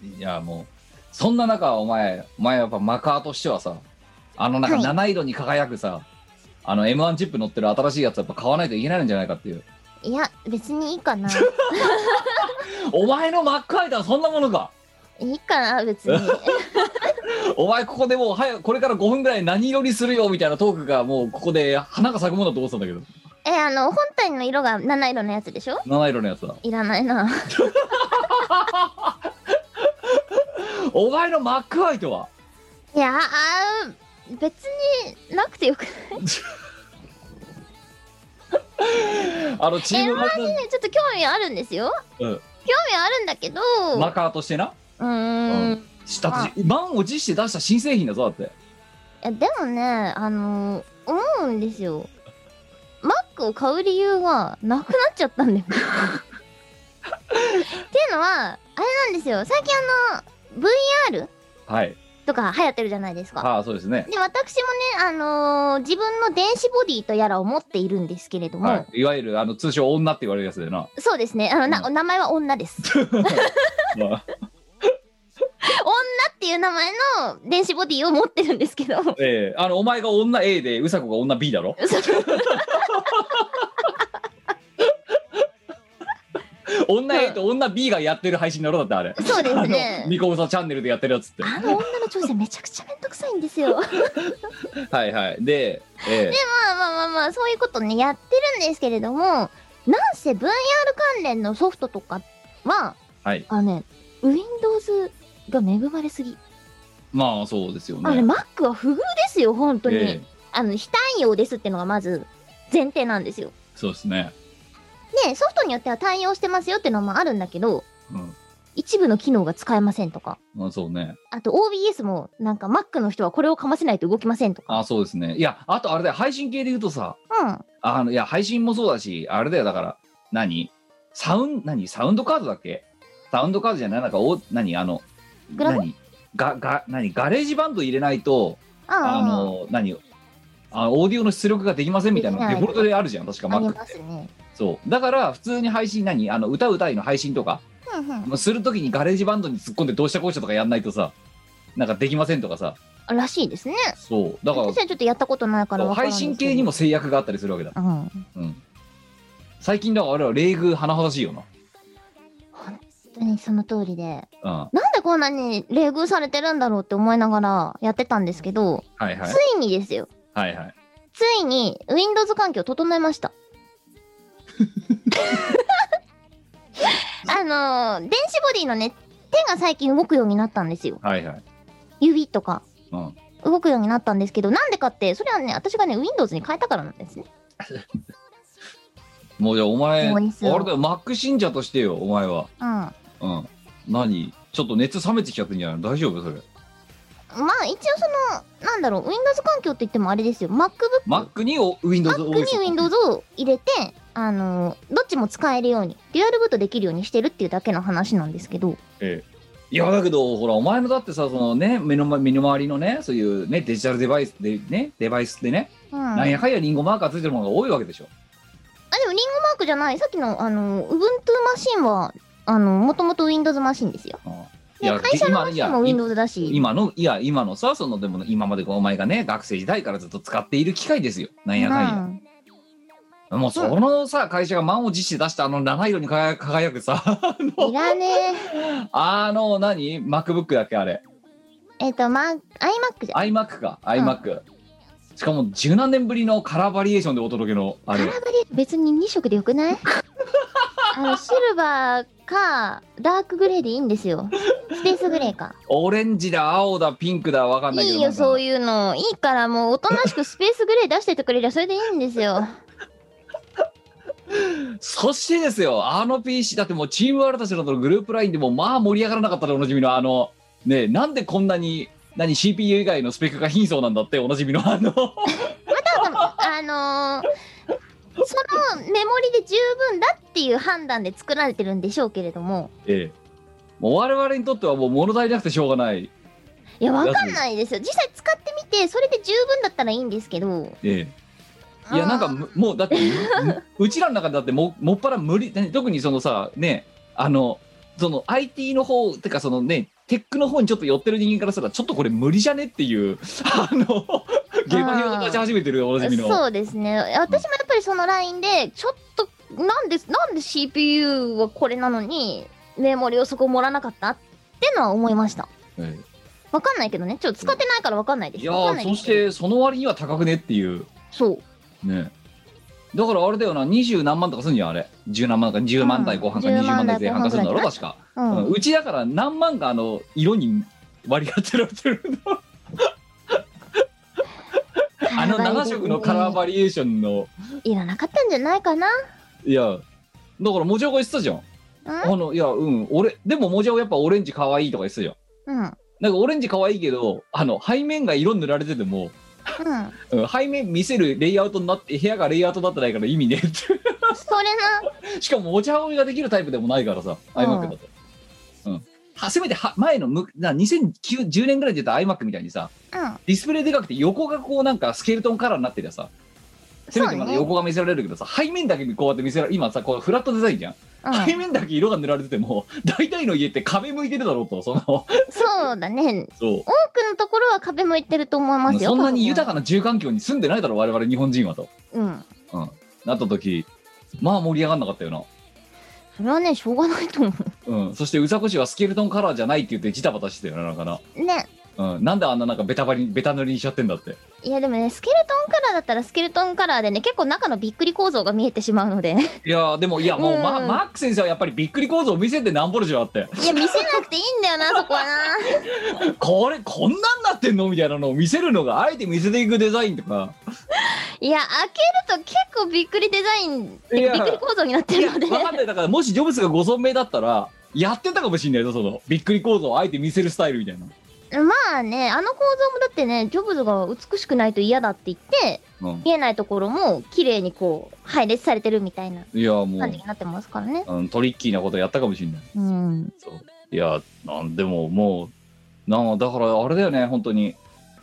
ーいやもうそんな中お前お前やっぱマカーとしてはさあのなんか
はい
七色に輝くさ、あの M1 チップ乗ってる新しいやつやっぱ買わないといけないんじゃないかっていう
いや別にいいか な
お前のマックアイダーそんなものか
いいかな別に
お前ここでもう早くこれから5分ぐらい何色にするよみたいなトークがもうここで花が咲くものだと思ってたんだけど
えあの本体の色が七色のやつでしょ
七色のやつだ
いらないな
お前のマックアイとはい
やあー別になくてよくない
あのチームマ
私ねちょっと興味あるんですよ
うん
興味あるんだけど
マカーとしてな
うーん、い
だって満を持して出した新製品だぞだって
やでもねあの思うんですよマックを買う理由がなくなっちゃったんだよっていうのはあれなんですよ最近あの VR
はい
とか流行ってるじゃないですか
ああそうですね
で私もねあのー自分の電子ボディとやらを持っているんですけれども、
はい、いわゆるあの通称女って言われるやつでな
そうですねあのな、
う
名前は女です女っ
まあ
ていう名前の電子ボディを持ってるんですけど
ええあのお前が女 A でうさこが女 B だろ
そう
女 A と女 B がやってる配信だろだってあれ
そうです
あ
ね
の ニコウサチャンネルでやってるやつって
あの女の調整めちゃくちゃめんどくさいんですよま
はいはいで、ええ
あまあまあまあそういうことねやってるんですけれどもなんせ VR 関連のソフトとかは
はい
あのね Windows が恵まれすぎ、
まあそうですよね
あれ Mac は不遇ですよ本当に、
ええ
あの非対応ですってのがまず前提なんですよ
そうですね、
でソフトによっては対応してますよってのもあるんだけど
うん
一部の機能が使えませんとか
まあ、そうね
あと OBS もなんか Mac の人はこれをかませないと動きませんとか。
あそうですねいやあとあれだよ配信系で言うとさ
うん。
あのいや配信もそうだしあれだよだから何サウン何サウンドカードだっけサウンドカードじゃないなんかお何あの
グラボ
何がが何ガレージバンド入れないとあ
あ
の何あオーディオの出力ができませんみたい
できな
ないデフォルトであるじゃん確か
あ、あり
Mac
ますね。
そうだから普通に配信何あの歌うたいの配信とか
うんうん。
もうするときにガレージバンドに突っ込んでどうしたこうしたとかやんないとさなんかできませんとかさ
あらしいですね。
そうだから
私はちょっとやったことないから
そう
わから
配
ない
信系にも。制約があったりするわけだ
うん。本
うん最近だから俺は冷遇甚だしいよ
当にその通りで。
な
なんでこんなに冷遇されてるんだろうって思いながらやってたんですけど、
うんはいはい
ついにですよ。
はいはい
ついに Windows 環境整えま した。あのー電子ボディのね、手が最近動くようになったんですよ。
はいはい
指とか。
うん
動くようになったんですけど、なんでかって、それはね、私がね、Windows に変えたからなんですね。
もうじゃあお前あ
もういいっすよ
れだよマック信者としてよお前は
うん。ま
うん何ちょっと熱冷めてきちゃってんじゃないの大丈夫それ
あ、一応その、なんだろう、Windows 環境って言ってもあれですよ。MacBook、
Mac にお Windows
Mac に Windows を入れて、あのー、どっちも使えるように、デュアルブートできるようにしてるっていうだけの話なんですけど、
いやだけどほらお前のだってさそのね目の前身の回りのねそういうねデジタルデバイスでねデバイスでね、
うん。
なん
あ、
やかんやリンゴマーカーついてるものが多いわけでしょ
でも、リンゴマークじゃない。さっきの、あのー、Ubuntu マシンは、あのー、もともと Windows マシンですよ。
うんい
で、
や
会社のマ
今い
シン
や
も Windows だし、
今のいや今のさそのでも今までこうお前がね学生時代からずっと使っている機械ですよなん
う
やかんや、
ん。
もうそのさ会社が満を持して出したあの七色に輝く輝くさ あ
い
の
らね
あの何 MacBook だっけあれ
え。えっと、ま、iMac じゃん
iMac か iMac、しかも十何年ぶりのカラーバリエーションでお届けのあ
カ
れ
ラーバリエーション別に2色でよく ないあのシルバーかダークグレーでいいんですよスペースグレーか
オレンジだ青だピンクだわかんないけど
いいよそう
いう
いうのいいからもうおとなしくスペースグレー出しててくれりゃそれでいいんですよ
そしてですよあの PC だってもうチームワールドたちのグループラインでもまあ盛り上がらなかったでおなじみのあのねえなんでこんなに何 CPU 以外のスペックが貧相なんだっておなじみの あ
た
の
だあのーそのメモリで十分だっていう判断で作られてるんでしょうけれども
ええもう我々にとってはもう物足りなくてしょうがない
いやわかんないですよ実際使ってみてそれで十分だったらいいんですけど
ええいやなんかむも うだってむうちらの中でだってももっぱら無理何特にそのさねあのその IT の方てかそのねテックの方にちょっと寄ってる人間からしたらちょっとこれ無理じゃねっていう あの現場に立ち始めてるおなじみの
そうですね私もやっぱりそのラインでちょっとなんでなんで CPU はこれなのにメモリをそこ盛らなかったってのは思いました
え
わかんないけどねちょっと使ってないからわかんない
え
で
い
す
や
わかんな
ー
いで
そ
す
し
けど
てその割には高くねっていう
そう
ねだからあれだよな二十何万とかすんじゃんあれ十何万か10万台後半か
うん
20万台前
10万台
半かするんだろ
後半ぐらいかな
確
う
か
ん、
うんうちだから何万かあの色に割り当てられてるのあの7色のカラーバリエーションの
いらなかったんじゃないかない
やだからもじゃおが言ってたじゃん
うん
あのいやうん俺でももじゃおやっぱオレンジ可愛いとか言ってたじゃん
うんうん
なんかオレンジ可愛いけどあの背面が色塗られてても、うん背面見せるレイアウトになって部屋がレイアウトになってないから意味ねえって
それな
しかも持ち運びができるタイプでもないからさ、
うん
iMac だと。うん。はせめては前のむな2010年ぐらいで言った iMac みたいにさ、
うん
ディスプレイでかくて横がこうなんかスケルトンカラーになってりゃさ、せめてま
そ
だ
うね
横が見せられるけどさ、背面だけこうやって見せられる、今さ、こうフラットデザインじゃん。
う
背
ん、
面だけ色が塗られてても、 大体の家って壁向いてるだろうと、その、
そうだね
そう。
多くのところは壁向いてると思いますよ
そんなに豊
か
かな住環境に住んでないだろう、我々日本人はと。
うん
なった時、まあ盛り上がんなかったよな。
それはねしょうがないと思
うん、そしてうざこしはスケルトンカラーじゃないって言ってジタバタしてたよななんかな、
うね
うん、なんであんななんかベタバリベタ塗りにしちゃってんだって
いやでもねスケルトンカラーだったらスケルトンカラーでね結構中のびっくり構造が見えてしまう のでいや
いやーでもいやもう、
うん
ママック先生はやっぱりびっくり構造を見せてなんぼるじゃあって
見せなくていいんだよなそこはな
これこんなんなってんのみたいなのを見せるのがあえて見せていくデザインとか
いや開けると結構びっくりデザインって
い
いう
や
かびっくり構造になってるので
わかんないだからもしジョブズがご存命だったらやってたかもしんないぞそのびっくり構造をあえて見せるスタイルみたいな、
まあねあの構造もだってねジョブズが美しくないと嫌だって言って
うん、
見えないところも綺麗にこう配列されてるみたいない
やーも
感じになってますからね
う、うん、トリッキーなことやったかもしんない
うん
そういやなんでももうなんだからあれだよね本当に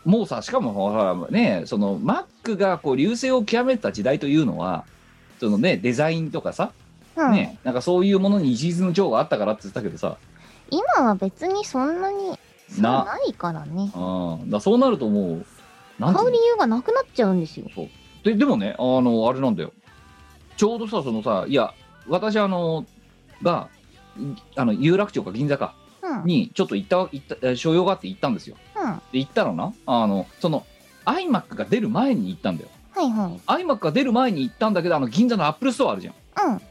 もうさしかもほらねそのマックがこう流星を極めた時代というのはそのねデザインとかさ、
うん、
ねなんかそういうものに一律の情があったからって言ってたけどさ、
今は別にそんなにそう
な
ないからね
うん、だからそうなるともうな
買
ん
う
ていうの
理由がなくなっちゃうんですよ
そうででもねあのあれなんだよちょうどさそのさいや私あのがいあの有楽町か銀座か
うんうん
にちょっと行った行ったえー所用があって行ったんですよ
は
で行ったらなあのその iMac が出る前に行ったんだよ
いはい
iMac が出る前に行ったんだけどあの銀座のアップルストアあるじゃん
うん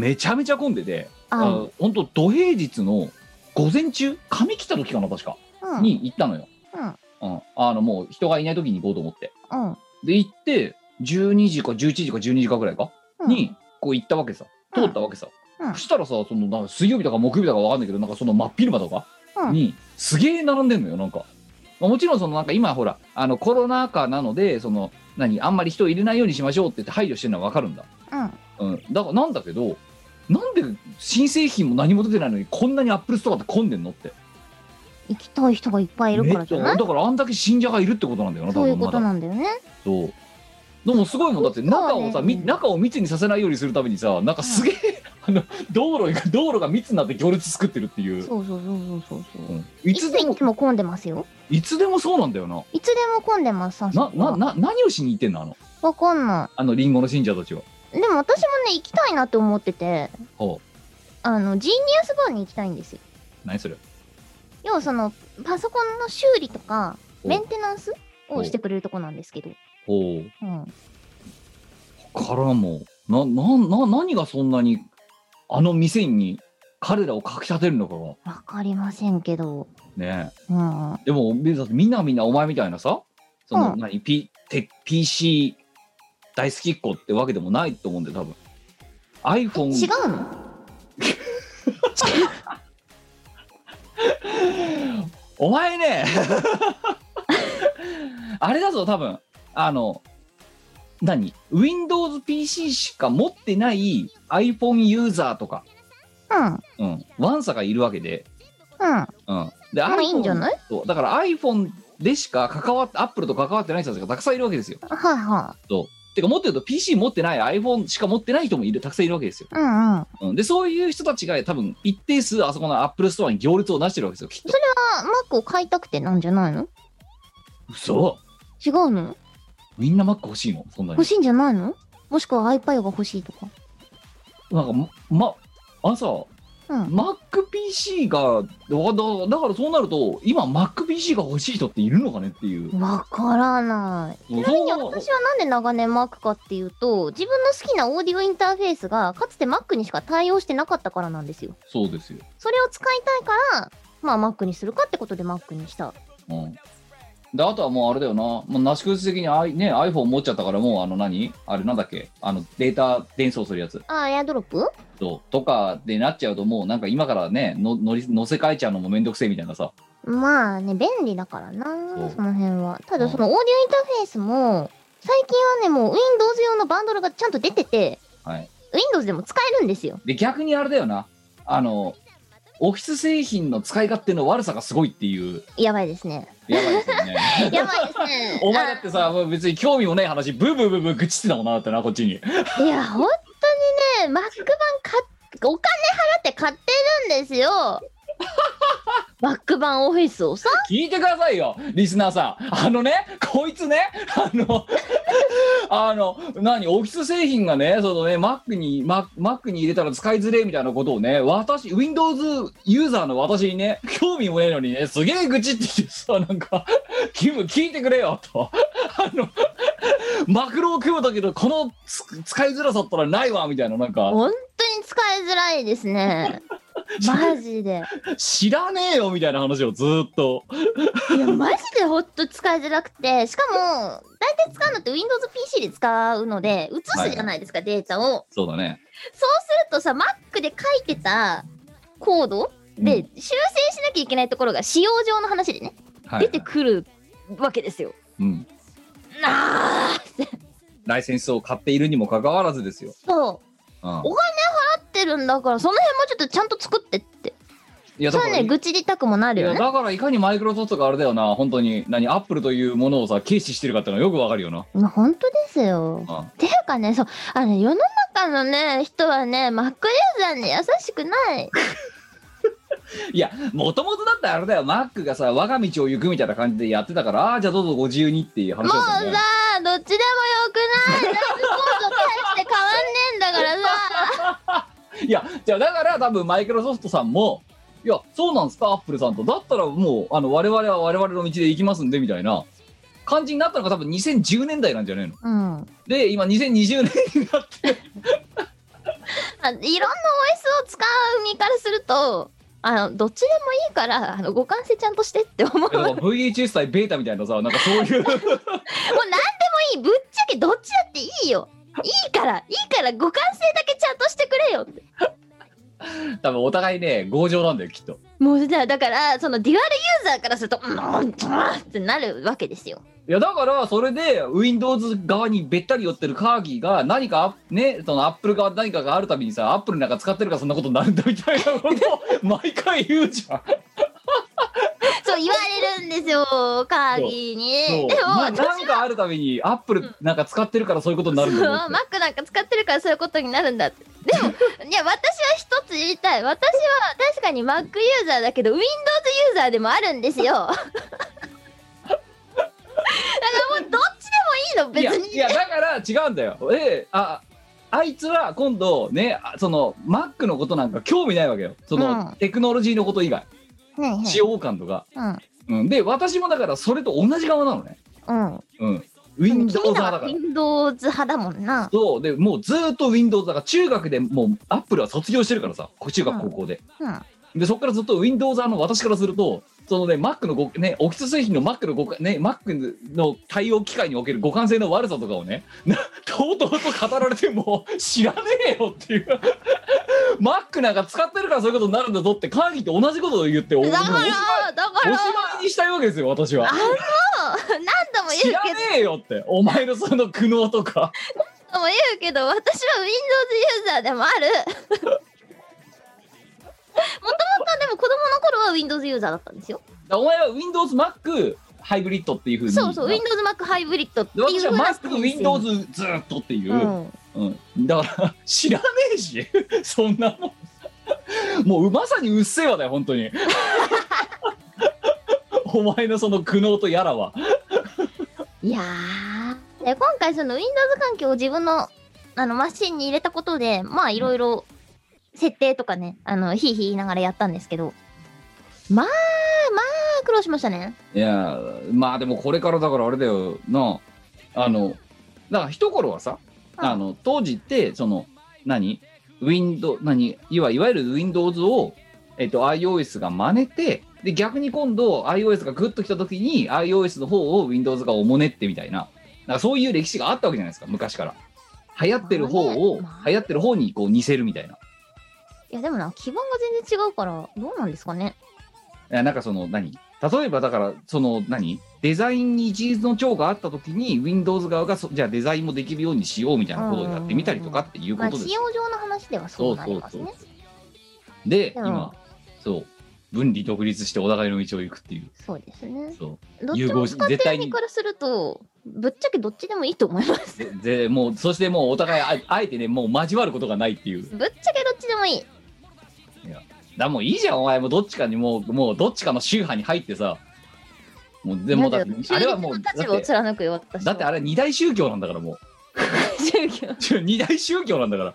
めちゃめちゃ混んでてあ
あ
のほんと土平日の午前中髪切った時かな確か
うん
に行ったのよ、
うん
うん、あのもう人がいない時に行こうと思って
うん
で行って12時か11時か12時かぐらいか、
うん
にこう行ったわけさ
うん
通ったわけさ、
うん
そしたらさそのなんか水曜日だか木曜日だかわかんないけどなんかその真っ昼間とか
うん
にすげえ並んでんのよなんかまあもちろんそのなんか今ほらあのコロナ禍なのでその何あんまり人入れないようにしましょうって言って配慮してるのはわかるんだ、
うん
うん、だからなんだけどなんで新製品も何も出てないのにこんなにアップルストアって混んでんのって
行きたい人がいっぱいいるからじゃな
めっ
い
ちゃだからあんだけ信者がいるってことなんだよな
そういう
ま
こ
だ
となんだよね
そうでもすごいもんだって中を
そう
さ、
ね
み中を密にさせないようにするためにさなんかすげえ、あの道路が道路が密になって行列作ってるっていう、
そうそうそうそうそうそううんい
い
つ
つで
行
も
っても混んでますよ
いつでもそうなんだよない
つでも混んでますあそ
な
こは
なな何をしに行ってんのあの
わかんな
あのリンゴの信者たちは、
いでも私もね行きたいなって思ってて
ほ
あのジーニアスバーに行きたいんですよ
う何それ
要はそのパソコンの修理とか
お
メンテナンスを
お
してくれるとこなんですけど、
ほう
うん、
からもうななな何がそんなにあの店に彼らをかきたてるのかが
わかりませんけど、
ね
う
え
ん、
でもだってみんなみんなお前みたいなさその、
うん
何、P、て PC 大好きっ子ってわけでもないと思うんで多分 iPhone
違うの
お前ね あれだぞ多分あの何 WindowsPC しか持ってない iPhone ユーザーとか、
うんうん
うん、ワンサがいるわけで、うん、で
まあいいんじゃ
iPhone
ない
そうだから iPhone でしか関わって Apple と関わってない人たちがたくさんいるわけですよ
はいは
そう。てか、もっと言うと PC 持ってない iPhone しか持ってない人もいる、たくさんいるわけですよ。
いうんうん
うん、で、そういう人たちが多分一定数あそこの Apple ストアに行列を出してるわけですよ、きっと。
あマックを買いたくてなんじゃないの
嘘
違うの
みんな Mac 欲しいのそんなに
欲。しいんじゃないのもしくは iPad が欲しいとか
なんか、ま、まあさ、
うん
MacPC が、だだだからそうなると、今 MacPC が欲しい人っているのかねっていう。
わからない
もう
ちなみに
そう
私はなんで長年 Mac かっていうと自分の好きなオーディオインターフェースがかつて Mac にしか対応してなかったからなんですよ
そうですよ。
それを使いたいからまあ Mac にするかってことで Mac にした
うん。で、あとはもうあれだよな、もうなし崩し的に、あいね、iPhone 持っちゃったから、もうあの何あれなんだっけあの、データ伝送するやつ。
あエアドロップ
そうとかでなっちゃうともうなんか今からねの乗り乗せ替えちゃうのもめんどくせえみたいなさ
まあね便利だからな
そう
その辺はた
う
だ
ん
そのオーディオインターフェースも最近はねもう Windows 用のバンドルがちゃんと出てて、
はい、
Windows でも使えるんですよ
で逆にあれだよなあのオフィス製品の使い勝手の悪さがすごいっていう
やばいです ね
やばいですよね
やばいですね
お前だってさもう別に興味もない話ブーブーブーブー愚痴ってたもんなだってなこっちに
いや、本当にね、Mac 版買っお金払って買ってるんですよ。バックバンオフェスをさ、
聞いてくださいよリスナーさんあのねこいつねあの あの何オフィス製品がねそのね Mac に Mac, Mac に入れたら使いづれえみたいなことをね私 Windows ユーザーの私にね興味もねえのにねすげえ愚痴って言ってさなんか「キム聞いてくれよ」とあのマクロを組む時のこのつ使いづらさったらないわみたいななんか
本当に使いづらいですね。 マジで。
知らねえよみたいな話をずーっと
いや、マジでほんと使いづらくて、しかも、大体使うのって Windows PC で使うので、映すじゃないですか、データを。
そうだね
そうするとさ、Mac で書いてたコードで
う
修正しなきゃいけないところが使用上の話でね、
はい
出てくるわけですよ。
うん
なあって。
ライセンスを買っているにもかかわらずですよ。
そう。
うん
お合ってるんだから、その辺もちょっとちゃんと作ってって。
いや
そ
だ
れは
から
ね、愚痴りたくもないるよ
や
ね。
だからいかにマイクロソフトがあれだよな、本当に、何、アップルというものをさ、軽視してるかっていうのはよくわかるよな。
まあ、本当ですよ。
うん
ていうかね、そう、あの、世の中のね、人はね、マックユーザーに優しくない。
いや、もともとだってあれだよ、マックがさ、我が道を行くみたいな感じでやってたから、ああー、じゃあどうぞご自由にっていう話
もう
だ
さ
ったよね。
どっちでもよくないライブコード大して変わんねえんだから さ
いや、じゃあだから多分マイクロソフトさんも、いや、そうなんですか、アップルさんと。だったらもう、あの、我々は我々の道で行きますんで、みたいな感じになったのが多分2010年代なんじゃねえの
うんあ
で、今2020年になって
いろんな OS を使う身からするとあのどっちでもいいからあの互換性ちゃんとしてって思うもう
えなんか VHS 対ベータみたいなさなんかそういう
何でもいいぶっちゃけどっちだっていいよいいからいいから互換性だけちゃんとしてくれよって
多分お互いね強情なんだよきっと
もうじゃあだからそのデュアルユーザーからするとうんうんってなるわけですよ
いやだからそれで Windows 側にべったり寄ってるカーギーが何かねその Apple 側に何かがあるたびにさ Apple なんか使ってるからそんなことになるんだみたいなことを毎回言うじゃん
そう言われるんですよ カーギー
そう
にでも
な
私は
何かあるたびに Apple なんか使ってるからそういうことになるんだよ
そうマックなんか使ってるからそういうことになるんだってで もいや私は一つ言いたい私は確かに Mac ユーザーだけど Windows ユーザーでもあるんですよだ からもうどっちでもいいの別
い
に
やいやだから違うんだよえああいつは今度ねあその Mac のことなんか興味ないわけよその、
うん
テクノロジーのこと以外
はいはい
使用感とか、
うん
うん、で私もだからそれと同じ側なのね、
うん
うん、Windows
君ら
派だ
は
から
Windows 派だもんな
そうでもうずーっと Windows だから中学でもう Apple は卒業してるからさ中
う
学
ん
高校で、
うん
でそこからずっと Windows 派の私からするとそのね Mac のごねオフィス製品の Mac のごね Mac の対応機械における互換性の悪さとかをねなとうとうと語られても知らねえよっていう Mac なんか使ってるからそういうことになるんだぞって会議と同じことを言っておもう
だ
おし
か
まい
らだか
おし
ら
まいにしたいわけですよ私は
あの何度も言うけ
知
ど
らねえよってお前のその苦悩とか
何度も言うけど私は Windows ユーザーでもある もともとでも子供の頃は Windows ユーザーだったんですよ
お前は Windows Mac ハイブリッドっていうふうに
そうそう WindowsMac ハイブリッドって
で
いう
私は
風なスタイル
Mac
ですよ
Windows ずーっとっていうう、
ん
うんだから知らねえし そんなもんもうまさにうっせえわだよ 本当にお前のその苦悩とやらはい
やーで今回その Windows 環境を自分のあのマシンに入れたことでまあいろいろ設定とかねあのひいひい言いながらやったんですけどまあまあ苦労しましたね
いやーまあでもこれからだからあれだよなあのだから一頃はさ、
うん
あの当時ってその何 Windows 何いわいわゆる Windows を、えっと iOS が真似てで逆に今度 iOS がグッと来た時に iOS の方を Windows がおもねってみたいななんかそういう歴史があったわけじゃないですか昔から流行ってる方
ま
を、
あねまあ
流行ってる方にこう似せるみたいない
やでもな基盤が全然違うからどうなんですかね
いやなんかその何例えばだからその何デザインに一律の長があった時に Windows 側がそじゃあデザインもできるようにしようみたいなことをやってみたりとかっていうこ
まあ
とです、
使用上の話ではそうなりますね
で
でも
今そう分離独立してお互いの道を行くっていう
そうですね
そ
どっ
融
ち
合
も
し
使って
絶対
る
に
身からするとぶっちゃけどっちでもいいと思います
うでもうそしてもうお互いああえてねもう交わることがないっていう
ぶっちゃけどっちでもいい
だもういいじゃんお前もどっちかにもうもうどっちかの宗派に入ってさもうでもだってあれはもうだ
中立の立場
っ
を
て
貫くよ、私
だってあ
れ、
れ二大宗教なんだからもう
宗教。
違う 二大宗教なんだから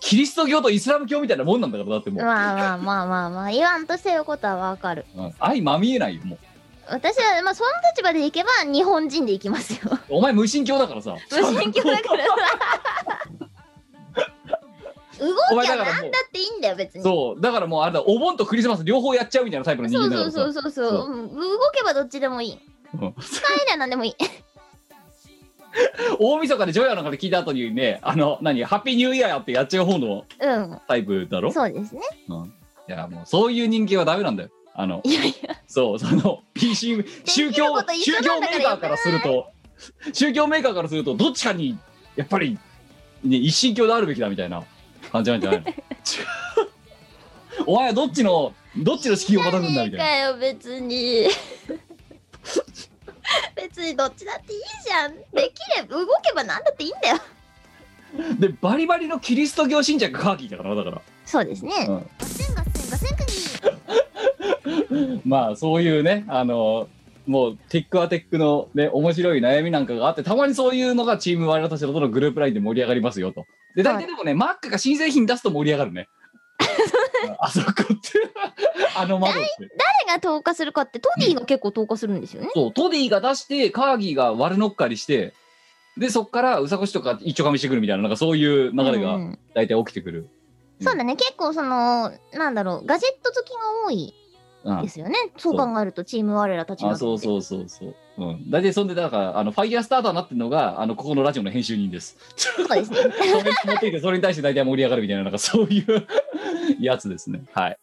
キリスト教とイスラム教みたいなもんなんだからだってもう、
まあまあまあまあまあ言わんとしてることはわかる
うん相まみえないよもう
私はまあその立場でいけば日本人でいきますよ
お前無神教だからさ
無神教だから。
お
動
前
き
だ
ゃ
からもう
なんだっていいんだよ別に
そうだからもうあれだお盆とクリスマス両方やっちゃうみたいなタイプの人
そ
間
う
だか
そ
ら
う
さ
そうそうそううん動けばどっちでもいい
うん
使えりゃ何でもいい
大晦日でジョヤの方聞いた後にねあの何ハッピーニューイヤーやってやっちゃう方の
うん
タイプだろ
そうですね
いやもうそういう人間はダメなんだよあの
いやいや、
そうその PC 宗教
こと一
宗
緒なん
教
だ
メ
から
ーカーからすると宗教メーカーからするとどっちかにやっぱり、ね、一神教であるべきだみたいな感じなん じゃないのお前はどっちのどっちの式を叩くんだみたいな
かよ、別に。
別にどっちだっていいじゃんできれば動けば何だっていいんだよ
でバリバリのキリスト教信者がカーキーだからなだか
そうですね、う、
ら、うんん
ガセンガセンガセンクニー
まあそういうねあのもうテックはテックのね面白い悩みなんかがあってたまにそういうのがチーム我々たちのとのグループラインで盛り上がりますよとで大体でもね、マックが新製品出すと盛り上が るねあそこってあの窓って
誰が投下するかってトディが結構投下するんですよね
そうトディが出してカーギーが悪乗っかりしてでそっからうさこしとか一丁かみしてくるみたいななんかそういう流れ
う
が
ん
大体起きてくる、
そうだね結構そのなんだろうガジェット好きが多い
うん
ですよね、そう
そう
考えるとチーム我らたちの
あそうそうそうそう、うん、大体そんでだからあのファイヤースターターになってるのがあのここのラジオの編集人です
そうですね
コメント持ってきてそれに対して大体盛り上がるみたいななんかそういうやつですね はい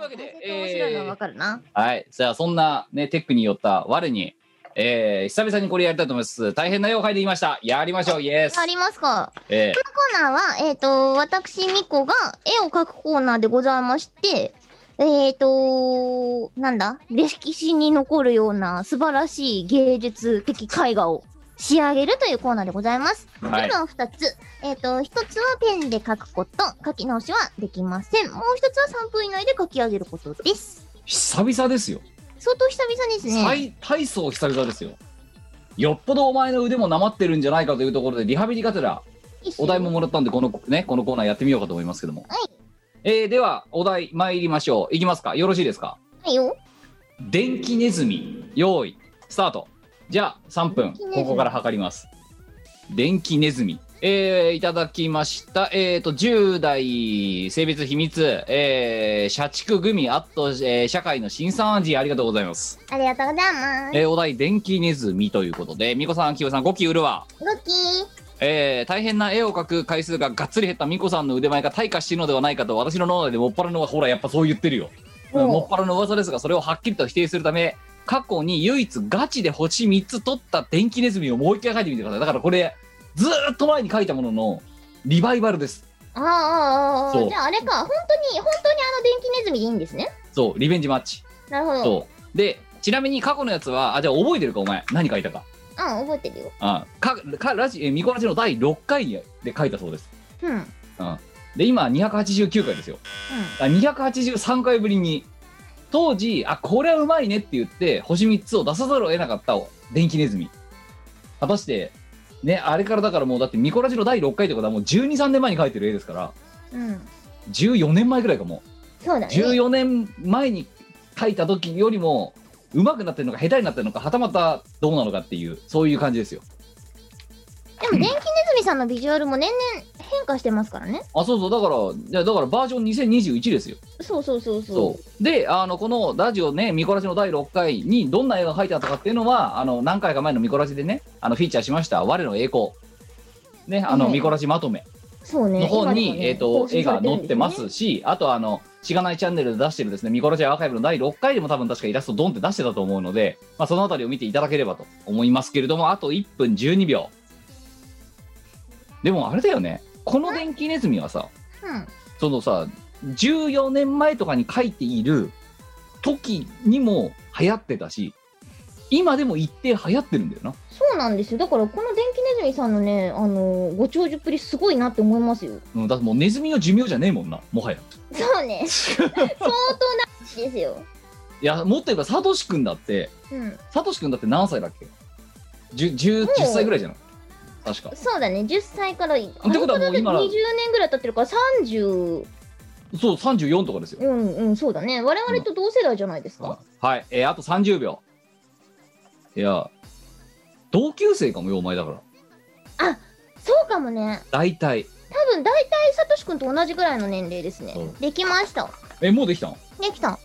わけで、
面白いのはわかるな。
はい。じゃあ、そんなね、テックによった我に、えー、久々にこれやりたいと思います。大変な絵を描いてきました。やりましょう、イエス
あ。りますか。
え
このコーナーは、えっ、と、私、ミコが絵を描くコーナーでございまして、えっ、と、なんだ、歴史に残るような素晴らしい芸術的絵画を仕上げるというコーナーでございます。
ー、はい。
今二つ。えっ、と、一つはペンで書くこと、書き直しはできません。もう一つは3分以内で書き上げることです。
久々ですよ。
相当久々ですね。
大大層久々ですよ。よっぽどお前の腕もなまってるんじゃないかというところで、リハビリがてら、お題ももらったんで、この、ね、このコーナーやってみようかと思いますけども。
はい
えー、では、お題参りましょう。いきますか。よろしいですか
はいよ。
電気ネズミ用意スタートじゃあ3
電
分
気ネズミ
ここから測ります電気ネズミえー、いただきましたえー、と10代性別秘密えー、社畜グミアット、えー社会の新三暗示ありがとうございます、
ありがとうございます。
えーお題電気ネズミということでみこさんきよさん5期売るわ
ロッキー。
えー、大変な絵を描く回数ががっつり減ったみこさんの腕前が退化しているのではないかと私の脳内でもっぱらのほらやっぱそう言ってるよ
おう
もっぱらの噂ですがそれをはっきりと否定するため過去に唯一ガチで星3つ取った電気ネズミをもう一回描いてみてくださいだからこれずーっと前に描いたもののリバイバルです
あーあーあ
そ
ー
う
じゃああれか本当に本当にあの電気ネズミでいいんですね
そうリベンジマッチ
なるほどう
そうでちなみに過去のやつはあじゃあ覚えてるかお前何描いたか
ん覚えてるよ
あかかラジえーミコラジの第6回にで描いたそうです
うんうん
で今289回ですよあ283回ぶりに当時あこれはうまいねって言って星3つを出さざるを得なかった電気ネズミ果たしてねあれからだからもうだってミコラジの第6回ってことはもう1 2 3年前に描いてる絵ですから
うん
14年前ぐらいかも
そうだね
う14年前に描いた時よりもうまくなってるのか下手になってるのかはたまたどうなのかっていうそういう感じですよ
でも電気ネズミさんのビジュアルも年々変化してますからね
あそうそうだからいやだからバージョン2021ですよ
そうそうそうそう
そうであのこのラジオね「ミコラジ」の第6回にどんな絵が描いてあったかっていうのはあの何回か前の「ミコラジ」でねあのフィーチャーしました「我の栄光」ねあの、
うん
ミコラジまとめ
そうね
の方に、
今でもね
えー、と
更新
絵
さ
が
れて
載
る
っ
んですね
てますし、あとあのしがないチャンネルで出してるですねミコラジアーカイブの第6回でも多分確かイラストドンって出してたと思うので、まあ、そのあたりを見ていただければと思いますけれどもあと1分12秒でもあれだよねこの電気ネズミはさ
うん
そのさ14年前とかに書いている時にも流行ってたし今でも一定流行ってるんだよな
そうなんですよだからこの電気ネズミさんのねあのご長寿っぷりすごいなって思いますよ
うんだってもうネズミの寿命じゃねえもんなもはや
そう ね相当なですよ
いやもっと言えばサトシ君だって
うん
サトシ君だって何歳だっけ 10, 10, 10歳ぐらいじゃない確か
そうだね10歳からって
ことはもう今
20年ぐらい経ってるから30
そう34とかですよ、
うんうんそうだね我々と同世代じゃないですか、
はい、えーあと30秒いや同級生かもよお前だから
そうかもね
大体
多分大体さとしくんと同じぐらいの年齢ですね、
うん
できました
えもうできたの
できた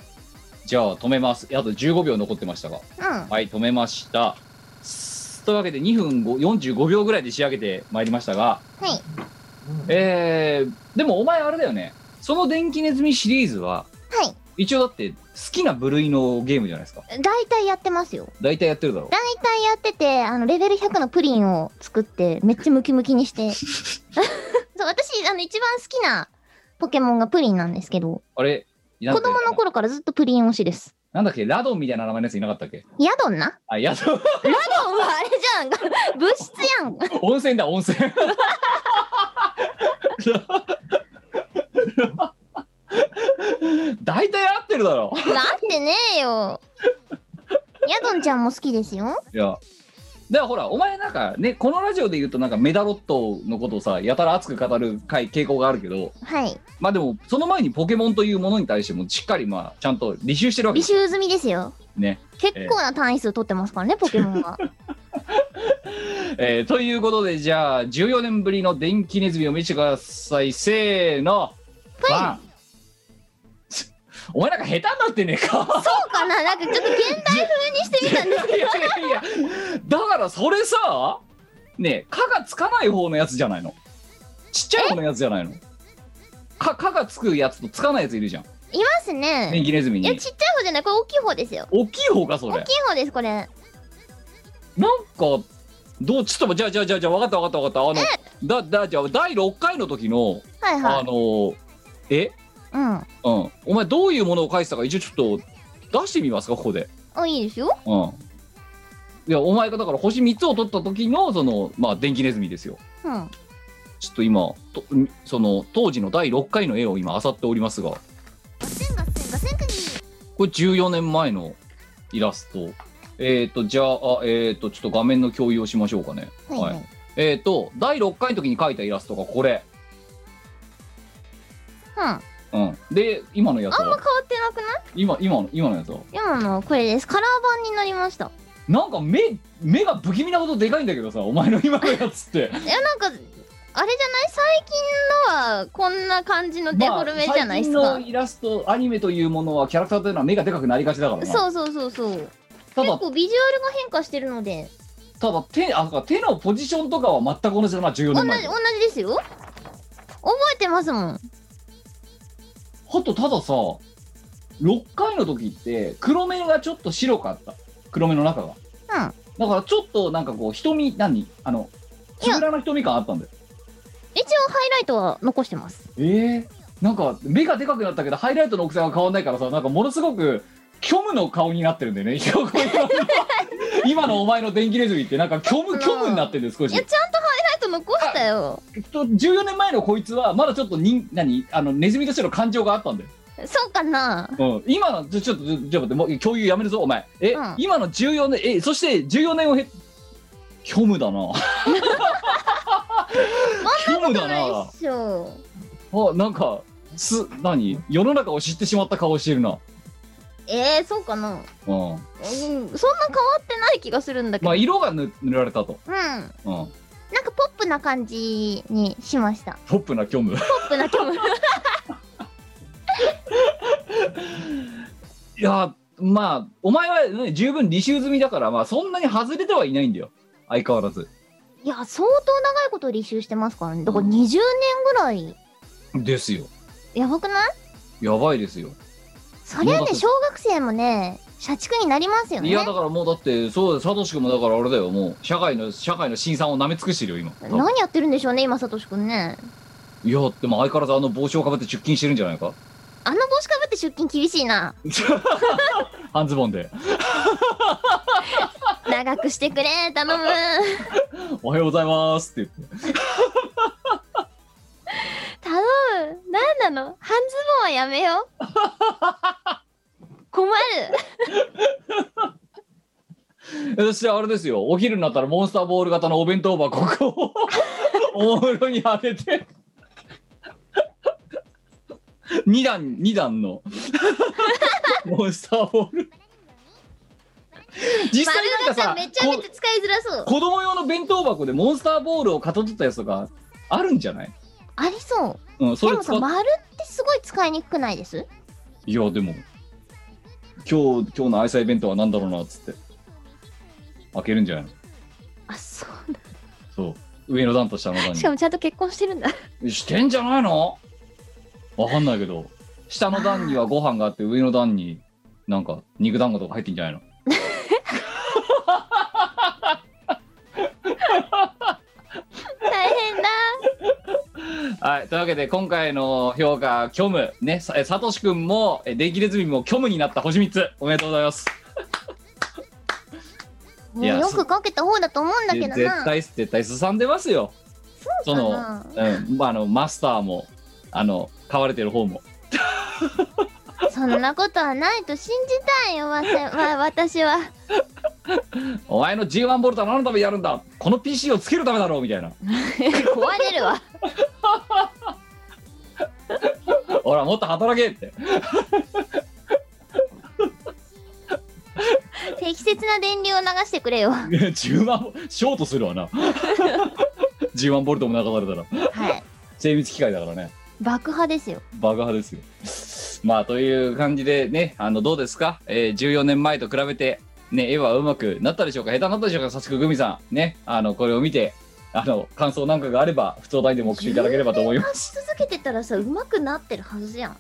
じゃあ止めますあと15秒残ってましたが
うん
はい、止めました。すというわけで2分ご45秒ぐらいで仕上げてまいりましたが、
はい
えー、でもお前あれだよね。その電気ネズミシリーズは、
はい
一応だって好きな部類のゲームじゃないですか。
大体やってますよ
大体やってるだろう。
大体やっててあのレベル100のプリンを作ってめっちゃムキムキにして そう私あの一番好きなポケモンがプリンなんですけど
あれ、なん
子
だっけ
供の頃からずっとプリン推しです
なんだっけ、ラドンみたいな名前のやついなかったっけ
ヤド ンな
あ、いや、そう
ヤドンはあれじゃん物質やん
温泉だ、温泉。 大体合ってるだろう。
なってねえよヤドンちゃんも好きですよ
いや。ではほら、お前なんかね、このラジオで言うとなんかメダロットのことをさ、やたら熱く語る回傾向があるけど、
はい
まあでも、その前にポケモンというものに対してもしっかりまあ、ちゃんと履修してるわけ
履
です
修済みですよ
ね。
結構な単位数取ってますからね、ポケモン が。
えーということで、じゃあ、14年ぶりの電気ネズミを見せてください。せーの。ワン お前なんか下手になってねえ
そ
か。
うかななんかちょっと現代風にしてみたん
い
で
や
す
いやいや、だからそれさ、ねえ、かがつかない方のやつじゃないの。ちっちゃい方のやつじゃないの。か、かがつくやつとつかないやついるじゃん。
いますね。
ねギネズミ
いや、
に
ちっちゃい方じゃない、これ大きい方ですよ。
大きい方かそ
大
れ
きい方です、これ。
なんかどうちょっとまじゃあじゃあじゃあじゃあ分かった分かった分かったあのだだじゃあ第6回の時の
はいは
あ
い。
のえ
うん。
うんお前どういうものを返したか一応ちょっと出してみますかここで
あ、いいですよ。
うんいやお前がだから星3つを取った時のそのまあ電気ネズミですよ
うん。
ちょっと今とその当時の第6回の絵を今漁っておりますが
ガセンガセンガセンクニー。
これ14年前のイラスト。えっ、と、じゃあ、えっ、と、ちょっと画面の共有をしましょうかね。
はいはい。
えっ、と、第6回の時に描いたイラストがこれ。
うん。あんま
うん。で、今のやつ
変わ
は
ってなくない
今、今の、今のやつは
今のこれです。カラー版になりました。
なんか目、目が不気味なほどでかいんだけどさ、お前の今のやつって。
いや、なんか、あれじゃない最近のはこんな感じのデフォルメじゃ ないですか。
まあ最近のイラスト、アニメというものは、キャラクターというのは目がでかくなりがちだからな。
そうそうそうそう。
た
結
だ、
構ビジュアルが変化してるので、
ただ手、あ、そうか手のポジションとかは全く同じだな、14
同
年
じ同
前
じ。ですよ。覚えてますもん。
ほんとたださ6回の時って黒目がちょっと白かった黒目の中が
うん。
だからちょっとなんかこう瞳何あの
い
つ
や
ぶらな瞳感あったんだよ
一応ハイライトは残してます。
えー、なんか目がでかくなったけどハイライトの大きさが変わんないからさなんかものすごく虚無の顔になってるんだよね 今のお前の電気ネズミってなんか虚無
うん
虚無になってるんです少
い
し
や、ちゃんとハイライト残したよ。
と14年前のこいつはまだちょっとに何あのネズミとしての感情があったんだよ
そうかな。
うん、今のちょちょっとちょっと待ってもう共有やめるぞお前え、
うん
今の14年えそして14年をへ虚無だな虚無だ
ない
な
っしょ。
あなんかす何世の中を知ってしまった顔してるな
えー、そうかな。うん、
うん
そんな変わってない気がするんだけど。
まあ色が塗塗られたと、
うん。なん
うん、
かポップな感じにしました。
ポップな虚無 い
ポップな気分。
やまあお前は、ね、十分履修済みだからまあそんなに外れてはいないんだよ相変わらず
いや、相当長いこと履修してますからね。だから20年ぐらい、
ですよ
やばくない
やばいですよ
そりゃ
もうだっ
ね、
て
小学生もね、社畜になりますよね。
いやだからもうだってそうだよサトシ君もだからあれだよもう社会の社会の新酸を舐め尽くしてるよ今多分
何やってるんでしょうね、今、さとしくんね。
いやでも相変わらずあの帽子をかぶって出勤してるんじゃないか
あの帽子かぶって出勤厳しいな。
半ズボンで
長くしてくれ、頼 む。
「おはようございます」って言って
頼む。なんなの半ズボンはやめよう。 困る。
えそしてあれですよお昼になったらモンスターボール型のお弁当箱を おもむろに当てて2段二 段のモンスターボール実際な
丸
んかさ
型めちゃめちゃ使いづらそう
こ。子供用の弁当箱でモンスターボールをかたどったやつとかあるんじゃない
ありそう。
うんそ
で
れ
も
使
さ、
っ
丸ってすごい使いにくくないです
いやでも今日今日の愛妻弁当は何だろうなっつって開けるんじゃないの
あ、そうだ。
そう上の段と下の段
しかもちゃんと結婚してるんだ。
にしてんじゃないのわかんないけど下の段にはご飯があって上の段になんか肉団子とか入ってんじゃないの
大変だ。
はいというわけで今回の評価虚無ねさえさとしくんもえ電気ネズミも虚無になった星3つおめでとうございますいや
ねよくかけた方だと思うんだけど
い
な。
や絶対絶対すさんでますよそ
か
の
な
うんまあ、あのマスターもあの買われてる方も
そんなことはないと信じた いよ、わせわ私 は。
お前の G1 ボルトは何のためにやるんだこの PC をつけるためだろうみたいな
壊れるわ。
ほらもっと働けって
適切な電流を流してくれよ。はい。
10万ショートするわな G1 ボルトも流されたら精密機械だからね
爆破ですよ。
爆破ですよまあという感じでねあのどうですか、えー14年前と比べてね絵はうまくなったでしょうか下手になったでしょうかさしくグミさんねあのこれを見てあの感想なんかがあれば不当台でも送っていただければと思います
爆破し続けてたらさ、うまくなってるはずじゃん。
あ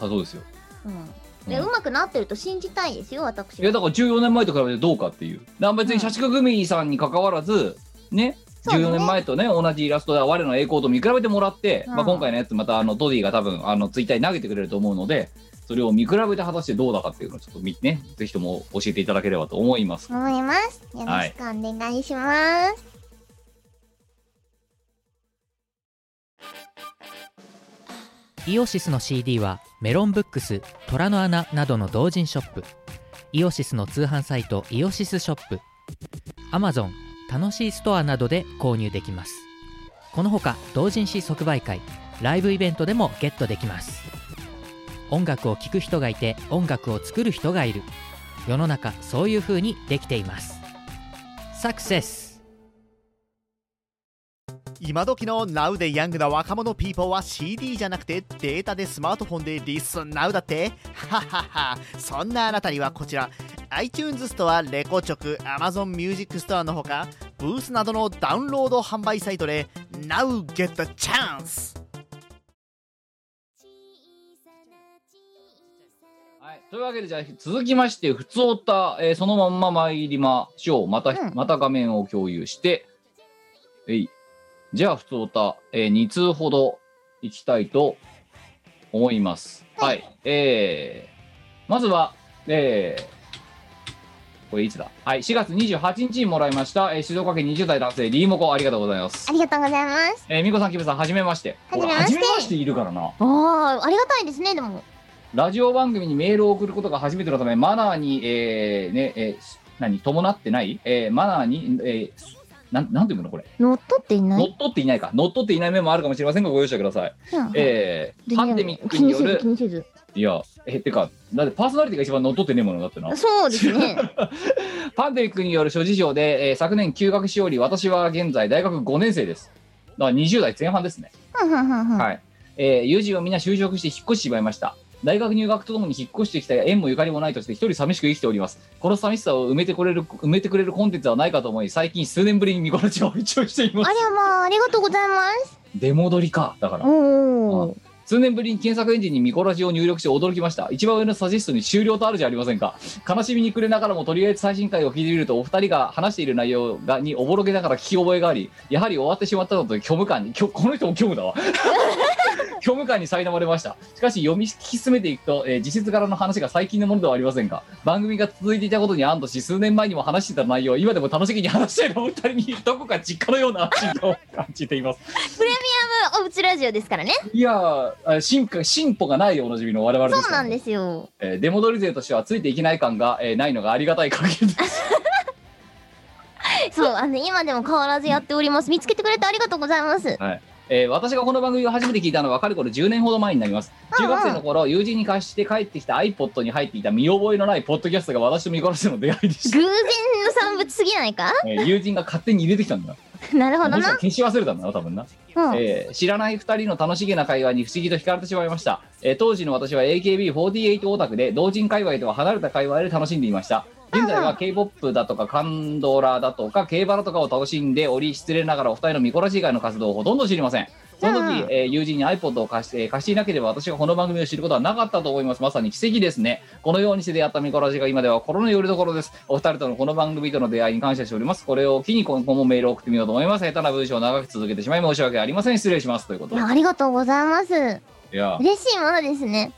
そうですよ
うん。で、
うん
うまくなってると信じたいですよ、私
いや
は。
だから14年前と比べてどうかっていうだから別に社畜組さんに関わらずね
そうね
14年前とね同じイラストで我の栄光と見比べてもらって、
うん
まあ、今回のやつまたあのドディが多分あのツイッターに投げてくれると思うのでそれを見比べて果たしてどうだかっていうのをちょっと見ねぜひとも教えていただければと思います
思います。よろしくお願いします。
イオシスの CD はメロンブックス、虎の穴などの同人ショップイオシスの通販サイトイオシスショップ Amazon、楽しいストアなどで購入できますこのほか同人誌即売会、ライブイベントでもゲットできます音楽を聴く人がいて音楽を作る人がいる世の中そういう風にできていますサクセス
今時の Now でヤングな若者ピーポーは CD じゃなくてデータでスマートフォンでリスン Now だってはははそんなあなたにはこちら iTunes ストア、レコチョク、Amazon Music ストアのほかブースなどのダウンロード販売サイトで Now get the chance!
はい、というわけでじゃあ続きまして普通おた、えーそのまんま参りましょうまた、
うん
また画面を共有してえいじゃあ普通おた、え2通ほどいきたいと思いますはい、えー、まずはえーこれいつだはい4月28日にもらいました、えー静岡県20代男性リーモコありがとうございます
ありがとうございます。
えー、みこさんきむさんはじめまして
はじめまして
ほらはじめましているからな
ああ、ありがたいですね、でも。
ラジオ番組にメールを送ることが初めてのため、マナーに、えーね、えーし何、伴ってない、えーマナーに、えーすなん、なんていうのこれ、
乗っ取っていな
乗
い。
っ取っていないか、乗っ取っていない面もあるかもしれませんが、ご容赦ください。
うん
えー
全然
パンデミックによる
気、にせず、気にせず。
いや、え、てか、だってパーソナリティが一番乗っ取ってねえものだ ってな。
そうですね。
パンデミックによる諸事情で、えー昨年休学しおり、私は現在大学5年生です。だから20代前半ですね。
うんうんうんうん
はい。えー友人はみんな就職して引っ越してしまいました。大学入学とともに引っ越してきた縁もゆかりもないとして一人寂しく生きております。この寂しさを埋めてくれる、埋めてくれるコンテンツはないかと思い、最近数年ぶりに見頃地を一 応していま
あ
す。
りゃまあ、ありがとうございます。
出戻りか。だから。
おお。
数年ぶりに検索エンジンにミコラジを入力して驚きました。一番上のサジェストに終了とあるじゃありませんか。悲しみに暮れながらも、とりあえず最新回を聞いてみると、お二人が話している内容がにおぼろげながら聞き覚えがあり、やはり終わってしまったのと虚無感に、虚この人も虚無だわ。 虚無感に苛まれました。しかし読み聞き進めていくと、えー時節柄の話が最近のものではありませんが、番組が続いていたことに安堵し、数年前にも話していた内容を今でも楽しみに話しているお二人に、どこか実家のような安心感を感じています。
オブツラジオですからね。
いやーあ進化進歩がないでおなじみの我々です、
そうなんですすよ。
えー、出戻り勢としてはついていけない感が、えーないのがありがたい限りです
そう、あの、今でも変わらずやっております。見つけてくれてありがとうございます。
えー私がこの番組を初めて聞いたのはかれこれ10年ほど前になります
うんう
中
ん
学生の頃友人に貸して帰ってきた iPod に入っていた見覚えのないポッドキャストが私と見殺しの出会いでし
偶
た、
然の産物すぎないか
えー友人が勝手に入れてきたんだ
なるほど
もしかした
な
ら。消し忘れたんだな多分な
うん。
えー知らない2人の楽しげな会話に不思議と惹かれてしまいました、えー当時の私は AKB48 オタクで同人界隈とは離れた界隈で楽しんでいました現在
うんう
は
ん
k p o p だとかカンドラだとか競馬だとかを楽しんでおり失礼ながらお二人の見こらし以外の活動をほとんど知りませんその時
う、ん
えー友人に iPod を貸してえー貸していなければ私がこの番組を知ることはなかったと思いますまさに奇跡ですねこのようにして出会ったミコラジが今では心のよりどころです。お二人とのこの番組との出会いに感謝しております。これを機に今後もメールを送ってみようと思います。下手な文章を長く続けてしまい申し訳ありません。失礼します。ということ
い
で。
や、ありがとうございます。
いや、
嬉しいものですね。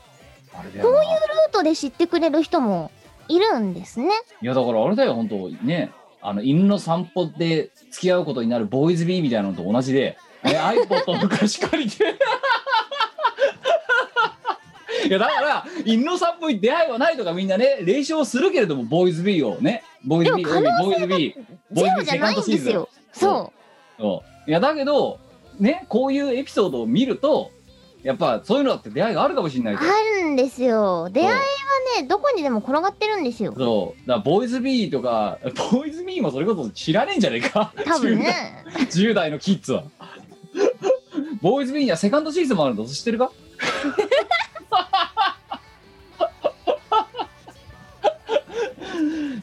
あれだよな。い
ルートで知ってくれる人もいるんですね。
や、だからあれだよ、本当ね。あの、犬の散歩で付き合うことになるボーイズビーみたいなのと同じで、え iPod の貸し借りて。 いやだから犬の散歩に出会いはないとかみんなね練習をするけれどもボーイズビーをねボーイズビー
でも
ボーイズビーボ
ゼ
ーイズ
ロ
ビー
じゃ
セカ
な
ン
い
ド
ん
シー
で
ズ
す
ン
よ。そ
そういやだけどねこういうエピソードを見るとやっぱそういうのだって出会いがあるかもしれな
う。
いけど
あるんですよ。出会いはね、どこにでも転がってるんですよ。
そうだからボーイズビーとかボーイズビーもそれこそ知らねえんじゃねえか
多分 ね。
10, 代10代のキッズはボーイズビーにはセカンドシーズンもあるんだ知ってるか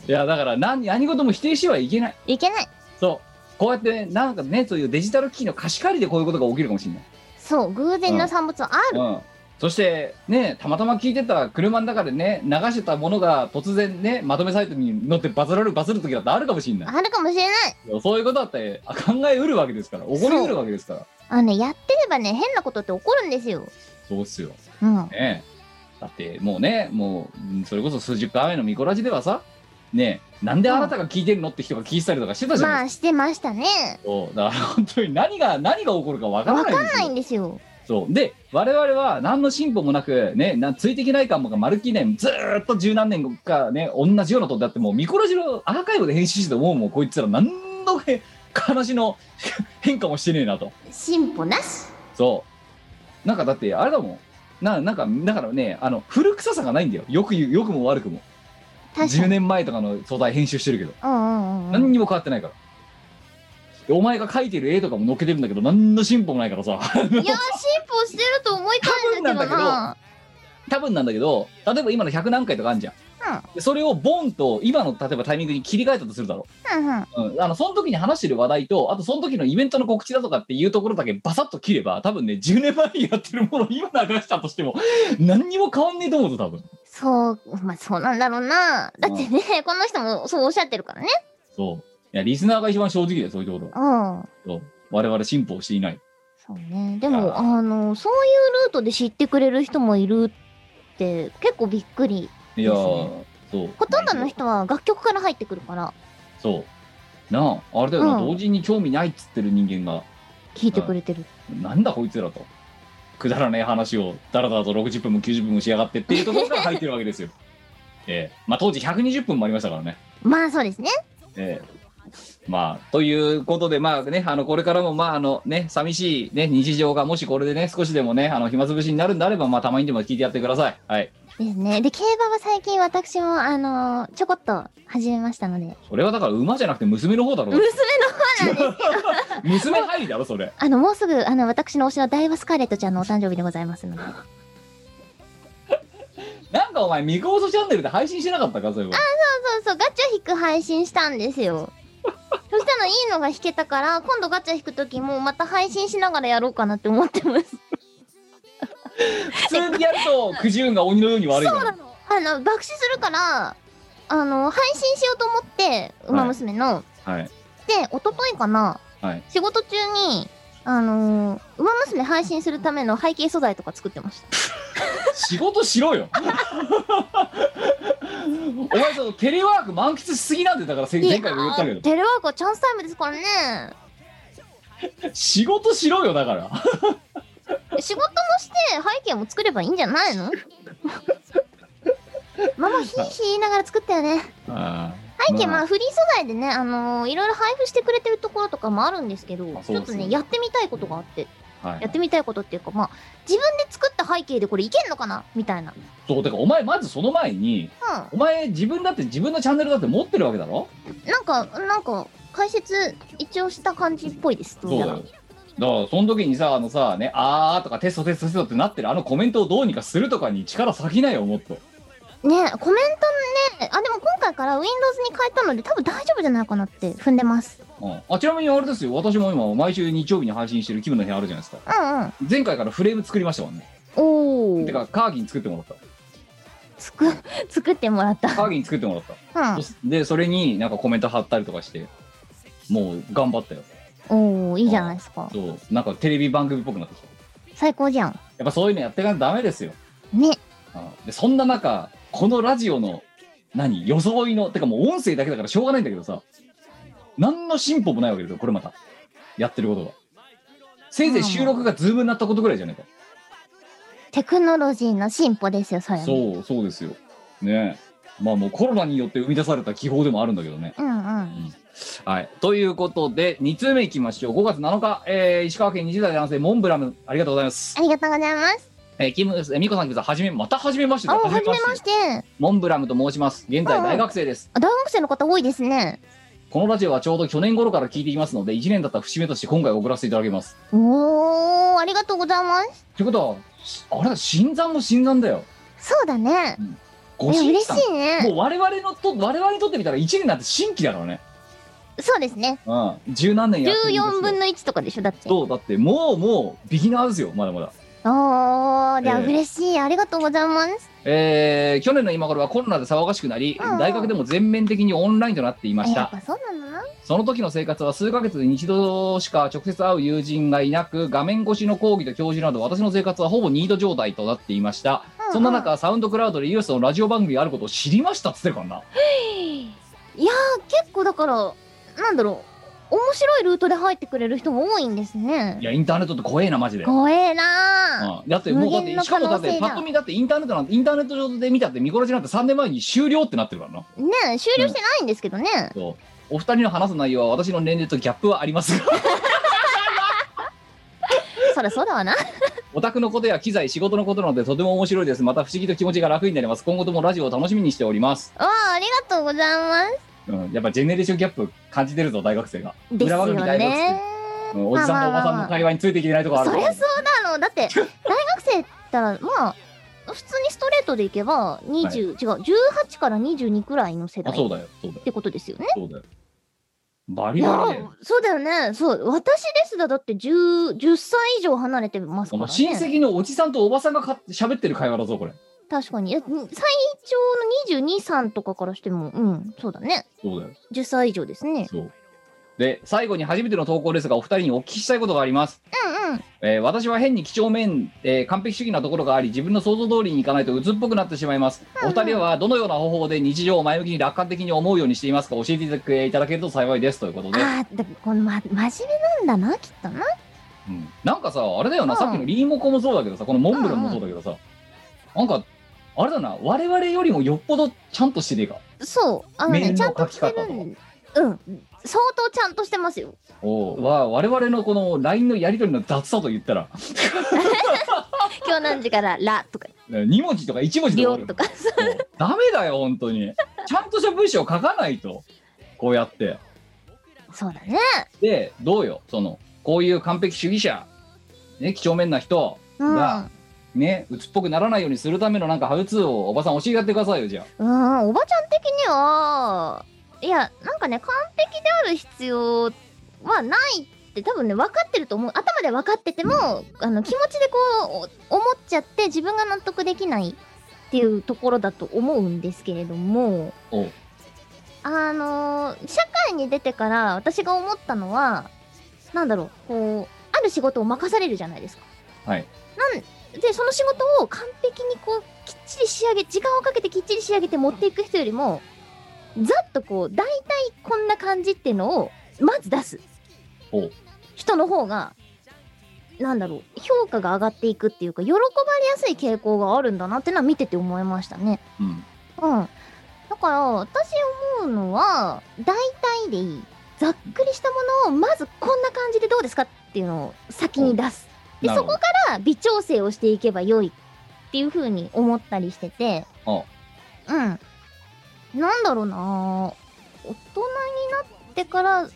いやだから何何事も否定してはいけない
いけない。
そうこうやってねなんかねそういうデジタル機器の貸し借りでこういうことが起きるかもしれない
そう、偶然の産物はある。
うん、そしてねたまたま聞いてた車の中でね流してたものが突然ねまとめサイトに乗ってバズられるバズる時だってあるかもしれない
あるかもしれない。
そういうことだってあ考えうるわけですから起こりうるわけですから
あのね、やってればね、変なことって起こるんですよ。
そうっすよ
うん。
ねえだってもうねもううんそれこそ数十回前のミコラジではさねえなんであなたが聞いてるのって人が聞いてたりとかしてたじゃ
ま
ないで
あ、してましたね。
すか、そうだから本当に何が何が起こるかわから
わ
ない
かん
です
な
よ
いんですよ。
そうで我々は何の進歩もなくねなついてきない感もが丸き年ずーっと十何年かね同じようなことだってもうミコラジのアーカイブで編集しててもうもうこいつら何のへ話の 変化もしてねえなと
進歩なし。
そうなんかだってあれだもんななんかだからねあの古臭さがないんだよよく言うよくも悪くも
確か
10
に。
年前とかの素材編集してるけど
うんうんうんう
何
ん。
にも変わってないからでお前が描いてる絵とかも載っけてるんだけど何の進歩もないからさ
いや、進歩してると思いたいんだけど
多分
な
な。多分なんだけど例えば今の100何回とかあるじゃんでそれをボンと今の例えばタイミングに切り替えたとするだろ
うんうん。
う、うん、あのその時に話してる話題とあとその時のイベントの告知だとかっていうところだけバサッと切れば多分ね10年前にやってるものを今流したとしても何にも変わんねえと思うぞ多分
そう、まあそうなんだろうな。だってね、この人もそうおっしゃってるからね。
そういやリスナーが一番正直だよそういうところは
うん。
そう我々進歩をしていない
そうね。で
い
も、
や
あの、そういうルートで知ってくれる人もいるって結構びっくり。
いやー
です
そう
ほとんどの人は楽曲から入ってくるから、
そうなああれだよな、
うん
同時に興味ないっつってる人間が
聴いてくれてる。
なんだこいつらとくだらない話をだらだらと60分も90分もしやがってっていうところから入ってるわけですよ ええまあ当時120分もありましたからね
まあそうですね。
ええまあということでまあねあのこれからもまああのね寂しいね日常がもしこれでね少しでもねあの暇つぶしになるんであればまあたまにでも聞いてやってくださいはい
ですね。で、競馬は最近私も、あのちょこっと始めましたので。
それはだから馬じゃなくて娘の方だろ
娘の、
娘入りだろそれ
あの、もうすぐ、あの、私の推しのダイワスカーレットちゃんのお誕生日でござい ますので。あ、
なんかお前ミコーソチャンネルで配信してなかったかそういえば
そうそう、ガチャ引く配信したんです よ。そしたらいいのが引けたから、今度ガチャ引くときもまた配信しながらやろうかなって思ってます。
普通にやると苦渋が鬼のように悪いから
あの、爆死するから、あの、配信しようと思って、馬娘の。
はい
で、一昨日かな、
はい
仕事中に、あのー、馬娘配信するための背景素材とか作ってました。
仕事しろよお前そのテレワーク満喫しすぎなんでだからせ 前回も言ったけ
いやー
ど
テレワークはチャンスタイムですからね。
仕事しろよだから
仕事もして背景も作ればいいんじゃない のママひいひい言いながら作ったよね。
あ
背景
ま
ま
あ
あフリー素材でね、あのーいろいろ配布してくれてるところとかもあるんですけど、
あ
ち
そう
ょっ
です
と
ね
ね、やってみたいことがあって、
はい
やってみたいことっていうか、まあ、自分で作った背景でこれいけんのかなみたいな。うん。
そうてかお前まずその前にお前自分だって自分のチャンネルだって持ってるわけだろ
なんか、なんか、解説一応した感じっぽいです。ど
そうだ
やら
よだからその時にさあのさねあーとかテストテストテストってなってるあのコメントをどうにかするとかに力割きなよもっと
ねコメントね、あ、でも今回から Windows に変えたので多分大丈夫じゃないかなって踏んでます。
うんあちなみにあれですよ私も今毎週日曜日に配信してる気分の部屋あるじゃないですか
うんうん。
前回からフレーム作りましたもんね
おー。
てかカーギン作ってもらった
つく、作ってもらった。
カーギン作ってもらった
うん。
でそれになんかコメント貼ったりとかしてもう頑張ったよ
おー、いいじゃないですか。
そうなんかテレビ番組っぽくなってきた
最高じゃん。
やっぱそういうのやっていかないとダメですよ
ね。
うんでそんな中このラジオの何装いのてかもう音声だけだからしょうがないんだけどさ何の進歩もないわけですよこれまたやってることがせいぜい収録がズームになったことぐらいじゃないか、
テクノロジーの進歩ですよ、それは。
そうそうですよねえまあもうコロナによって生み出された気泡でもあるんだけどね
うんうん。
はい、ということで2通目いきましょう5月7日、えー石川県20代男性モンブラムありがとうございます
あ、りがとうございます。
えー、キムえーミコさんキムさんはじめまたはじめまして
あ、
だ
はじめ
はじめ
ま
ま
し。
してモンブラムと申します現在大学生です、
あ大学生の方多いですね。
このラジオはちょうど去年頃から聞いていますので1年だった節目として今回送らせていただきます
おー、ありがとうございます。
ということはしあれだ新参も新参だよ
そうだね。
ご
え、
新
嬉し
参
いね。
もう我々のと我々にとってみたら1年なんて新規だからね
そうですね。
うん十何年やってるんですよ
14分の1とかでしょだって。
そうだってもうもうビギナーですよまだまだ
おー、じゃあ
ええ
嬉しい。ありがとうございます。
えー去年の今頃はコロナで騒がしくなり、
うんうん
大学でも全面的にオンラインとなっていまし
やったぱそうなんだな。
その時の生活は数ヶ月に一度しか直接会う友人がいなく画面越しの講義と教授など私の生活はほぼニート状態となっていました、
うんうん
そんな中サウンドクラウドでイオシスのラジオ番組があることを知りましたっつってるからない
やー、結構だから、なんだろう。面白いルートで入ってくれる人も多いんですね
い。やインターネットって怖えなマジで、うん、
怖えなー。
だってもうだっ
無限
て
の
しかもだっ
可能
て
性だ
パッと見だってインターネットなんてインターネット上で見たって見殺しなんて3年前に終了ってなってるからな
ねえ終了してないんですけどね。
そうお二人の話す内容は私の年齢とギャップはありますが
そりゃそうだわな。
オタクのことや機材、仕事のことなのでとても面白いです。また不思議と気持ちが楽になります。今後ともラジオを楽しみにしております。
わあ、ありがとうございます。
うん、やっぱジェネレーションギャップ感じてるぞ、大学生が。
です
裏
よ
番組大学
ね
生。。うん、おじさんとおばさんの会話についていけないとこある
そりゃそうなの。だって、大学生ったら、まあ、普通にストレートでいけば、20、違う、18から22くらいの世
あ
代
そう
っ
だよ、そうだよ、
てことですよね。
そうだよ。バ
い
リ
や
バリ
ー
で。、
そうだよね。そう、私ですら、だって10、10歳以上離れてます
そ
から
の
ね。
親戚のおじさんとおばさんがか喋ってる会話だぞ、これ。
確かに。え最長の22、3とかからしても、うん、そうだね。
そうだよ、
10歳以上ですね。
そう。で、最後に初めての投稿ですが、お二人にお聞きしたいことがあります。
うんうん。
えー私は変に几帳面、えー完璧主義なところがあり自分の想像通りにいかないと鬱っぽくなってしまいます、
うんうん
お二人はどのような方法で日常を前向きに楽観的に思うようにしていますか教えていただけると幸いですということで、
ああ、だこの、ま、真面目なんだな、きっとな。
うんなんかさあれだよな、
うん
さっきのリーモコもそうだけどさこのモンブランもそうだけどさ、なんかあれだな我々よりもよっぽどちゃんとしてねえか
そう、あの
メー
ね、
ル
ちゃ
の
ん
書
と
き
し
方
て
とか
るんうん、相当ちゃんとしてますよ。
おうわ我々のこの LINE のやり取りの雑さと言ったら
今日何時からラとか、
2文字とか1文字
り
で
ょ
終
うと
わる
か。
そうダメだよ本当にちゃんとした文章を書かないとこうやって。
そうだね。
でどうよそのこういう完璧主義者ね几帳面な人
うん。
がね鬱っぽくならないようにするためのなんかハウツーをおばさん教えてやってくださいよじゃ
うん、おばちゃん的には、いや、なんかね、完璧である必要はないって多分ね、分かってると思う。頭で分かってても、あの、気持ちでこう、お思っちゃって自分が納得できないっていうところだと思うんですけれども、
おう
あのー社会に出てから私が思ったのは、なんだろう、こう、ある仕事を任されるじゃないですか。
あはい
でその仕事を完璧にこうきっちり仕上げ時間をかけてきっちり仕上げて持っていく人よりもざっとこう大体こんな感じっていうのをまず出す
ほう
人の方がなんだろう評価が上がっていくっていうか喜ばれやすい傾向があるんだなってのは見てて思いましたね。
うん
うん、だから私思うのは大体でいいざっくりしたものをまずこんな感じでどうですかっていうのを先に出す。で
なる
そ
ほ
こ
ど
から微調整をしていけば良いっていう風に思ったりしてて
あ
うんなんだろうな大人になってから